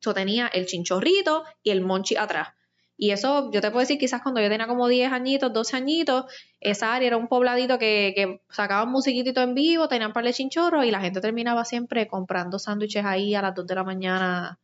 [SPEAKER 3] Yo tenía el chinchorrito y el monchi atrás. Y eso, yo te puedo decir, quizás cuando yo tenía como 10 añitos, 12 añitos, esa área era un pobladito que, que sacaban musiquitito en vivo, tenían par de chinchorros y la gente terminaba siempre comprando sándwiches ahí a las 2 de la mañana.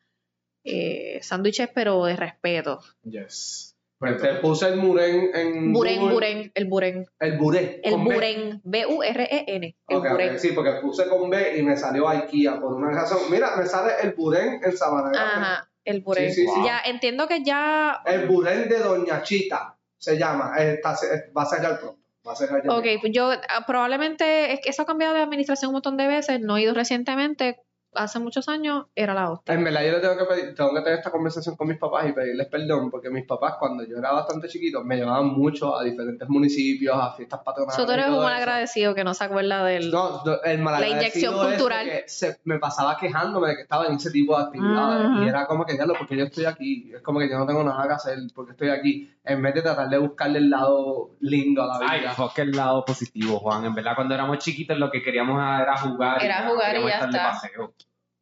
[SPEAKER 3] eh, sándwiches, pero de respeto.
[SPEAKER 4] Yes.
[SPEAKER 2] Pues te puse el muren en.
[SPEAKER 3] Buren,
[SPEAKER 2] Google.
[SPEAKER 3] buren, el buren.
[SPEAKER 2] El buré.
[SPEAKER 3] El
[SPEAKER 2] con B.
[SPEAKER 3] buren. B-U-R-E-N. E El
[SPEAKER 2] Ok, ok,
[SPEAKER 3] buren.
[SPEAKER 2] Sí, porque puse con B y me salió IKEA por una razón. Mira, me sale el burén en Sabana Grande.
[SPEAKER 3] Ajá, el buren.
[SPEAKER 2] Sí, sí, sí.
[SPEAKER 3] Ya, entiendo que ya
[SPEAKER 2] El burén de Doña Chita se llama. Eh, está- se- va a cerrar pronto. Va a cerrar ya.
[SPEAKER 3] Ok, pues yo ah, probablemente, es que eso ha cambiado de administración un montón de veces, no he ido recientemente, hace muchos años era la hostia.
[SPEAKER 2] En verdad, yo le tengo que pedir, tengo que tener esta conversación con mis papás y pedirles perdón, porque mis papás, cuando yo era bastante chiquito, me llevaban mucho a diferentes municipios, a fiestas patronales.
[SPEAKER 3] Soto eres
[SPEAKER 2] y todo
[SPEAKER 3] un mal
[SPEAKER 2] eso.
[SPEAKER 3] agradecido que no se acuerda del...
[SPEAKER 2] No, no, el malagradecido
[SPEAKER 3] La inyección
[SPEAKER 2] es de
[SPEAKER 3] cultural.
[SPEAKER 2] que se- me pasaba quejándome de que estaba en ese tipo de actividades.
[SPEAKER 3] Ajá.
[SPEAKER 2] Y era como que, diablo, porque yo estoy aquí. Es como que yo no tengo nada que hacer porque estoy aquí. En vez de tratar de buscarle el lado lindo a la
[SPEAKER 1] Ay,
[SPEAKER 2] vida.
[SPEAKER 1] fuck el lado positivo, Juan. En verdad, cuando éramos chiquitos, lo que queríamos era jugar.
[SPEAKER 3] Era
[SPEAKER 1] ya,
[SPEAKER 3] jugar y
[SPEAKER 1] queríamos
[SPEAKER 3] ya
[SPEAKER 1] estar de
[SPEAKER 3] está.
[SPEAKER 1] paseo.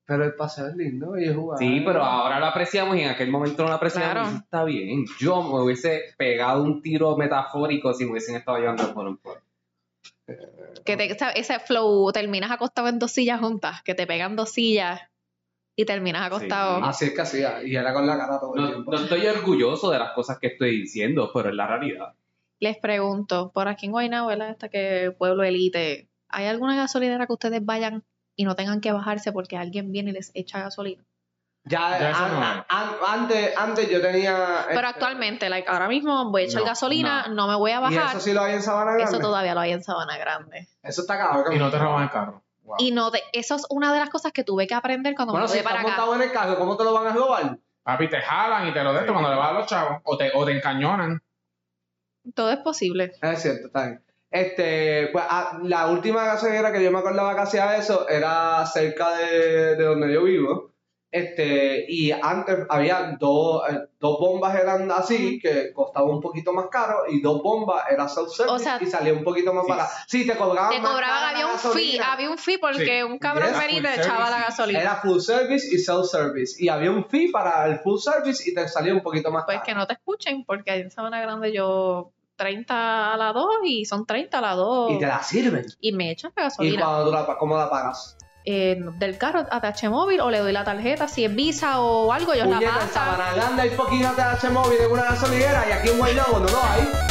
[SPEAKER 2] Pero el paseo es lindo y es jugar.
[SPEAKER 1] Sí, pero ahora lo apreciamos y en aquel momento no lo apreciamos.
[SPEAKER 3] Claro.
[SPEAKER 1] Y eso Está bien. Yo me hubiese pegado un tiro metafórico si me hubiesen estado llevando por un por.
[SPEAKER 3] que te- esa- ese flow, terminas acostado en dos sillas juntas, que te pegan dos sillas y terminas acostado.
[SPEAKER 2] Así es que hacía. Y era con la cara todo el
[SPEAKER 1] No,
[SPEAKER 2] tiempo.
[SPEAKER 1] no estoy orgulloso de las cosas que estoy diciendo, pero es la realidad.
[SPEAKER 3] Les pregunto, por aquí en Guaynabo, ¿verdad? Hasta que Pueblo Elite, ¿hay alguna gasolinera que ustedes vayan y no tengan que bajarse porque alguien viene y les echa gasolina?
[SPEAKER 2] Ya,
[SPEAKER 4] Ya eso
[SPEAKER 2] an-
[SPEAKER 4] no.
[SPEAKER 2] an- an- antes, antes yo tenía.
[SPEAKER 3] Pero
[SPEAKER 2] este,
[SPEAKER 3] actualmente, like, ahora mismo voy a echar
[SPEAKER 1] No,
[SPEAKER 3] gasolina, no. me voy a
[SPEAKER 2] Y
[SPEAKER 3] bajar.
[SPEAKER 2] eso sí lo hay en Sabana Grande.
[SPEAKER 3] Eso
[SPEAKER 2] Eso,
[SPEAKER 3] todavía lo hay en Sabana Grande.
[SPEAKER 2] está cabrón.
[SPEAKER 4] Y no te roban el carro. Wow.
[SPEAKER 3] Y no te- eso es una de las cosas que tuve que aprender cuando
[SPEAKER 2] Bueno,
[SPEAKER 3] me
[SPEAKER 2] si
[SPEAKER 3] mudé
[SPEAKER 2] estás
[SPEAKER 3] para acá.
[SPEAKER 2] montado en el carro, ¿cómo te lo van a robar?
[SPEAKER 4] Papi, te jalan y te lo den
[SPEAKER 1] Sí.
[SPEAKER 4] cuando le vas a los chavos. O te, o te encañonan.
[SPEAKER 3] Todo es posible.
[SPEAKER 2] Es cierto, está bien. Este, pues ah, la última gasolinera que yo me acordaba que hacía eso era cerca de, de donde yo vivo. Este, y antes había dos, eh, dos bombas eran así, que costaba un poquito más caro, y dos bombas era self-service
[SPEAKER 3] O sea,
[SPEAKER 2] y salía un poquito más
[SPEAKER 1] sí.
[SPEAKER 2] barato. Sí, te cobraban
[SPEAKER 3] Te
[SPEAKER 2] más
[SPEAKER 3] cobraban,
[SPEAKER 2] cara la
[SPEAKER 3] había un fee,
[SPEAKER 2] gasolina.
[SPEAKER 3] había un fee porque
[SPEAKER 4] Sí.
[SPEAKER 3] un cabrón
[SPEAKER 2] Yes.
[SPEAKER 3] venía y te
[SPEAKER 4] Full
[SPEAKER 3] echaba
[SPEAKER 4] service,
[SPEAKER 3] la
[SPEAKER 4] sí.
[SPEAKER 3] gasolina.
[SPEAKER 2] Era full service y self-service. Y había un fee para el full service y te salía un poquito más
[SPEAKER 3] Pues
[SPEAKER 2] caro.
[SPEAKER 3] que no te escuchen porque ahí en Sabana Grande yo 30 a la 2 y son 30 a la 2
[SPEAKER 2] Y te la sirven.
[SPEAKER 3] y me echan la
[SPEAKER 2] ¿Y
[SPEAKER 3] gasolina.
[SPEAKER 2] cuando tú la, cómo la pagas?
[SPEAKER 3] Eh, del carro a TH móvil o le doy la tarjeta, si es Visa o algo, ellos la
[SPEAKER 2] Puñeta, en
[SPEAKER 3] pasan.
[SPEAKER 2] Sabana Grande hay poquito de H-Móvil en una gasolinera y aquí en Guaynabo no lo hay.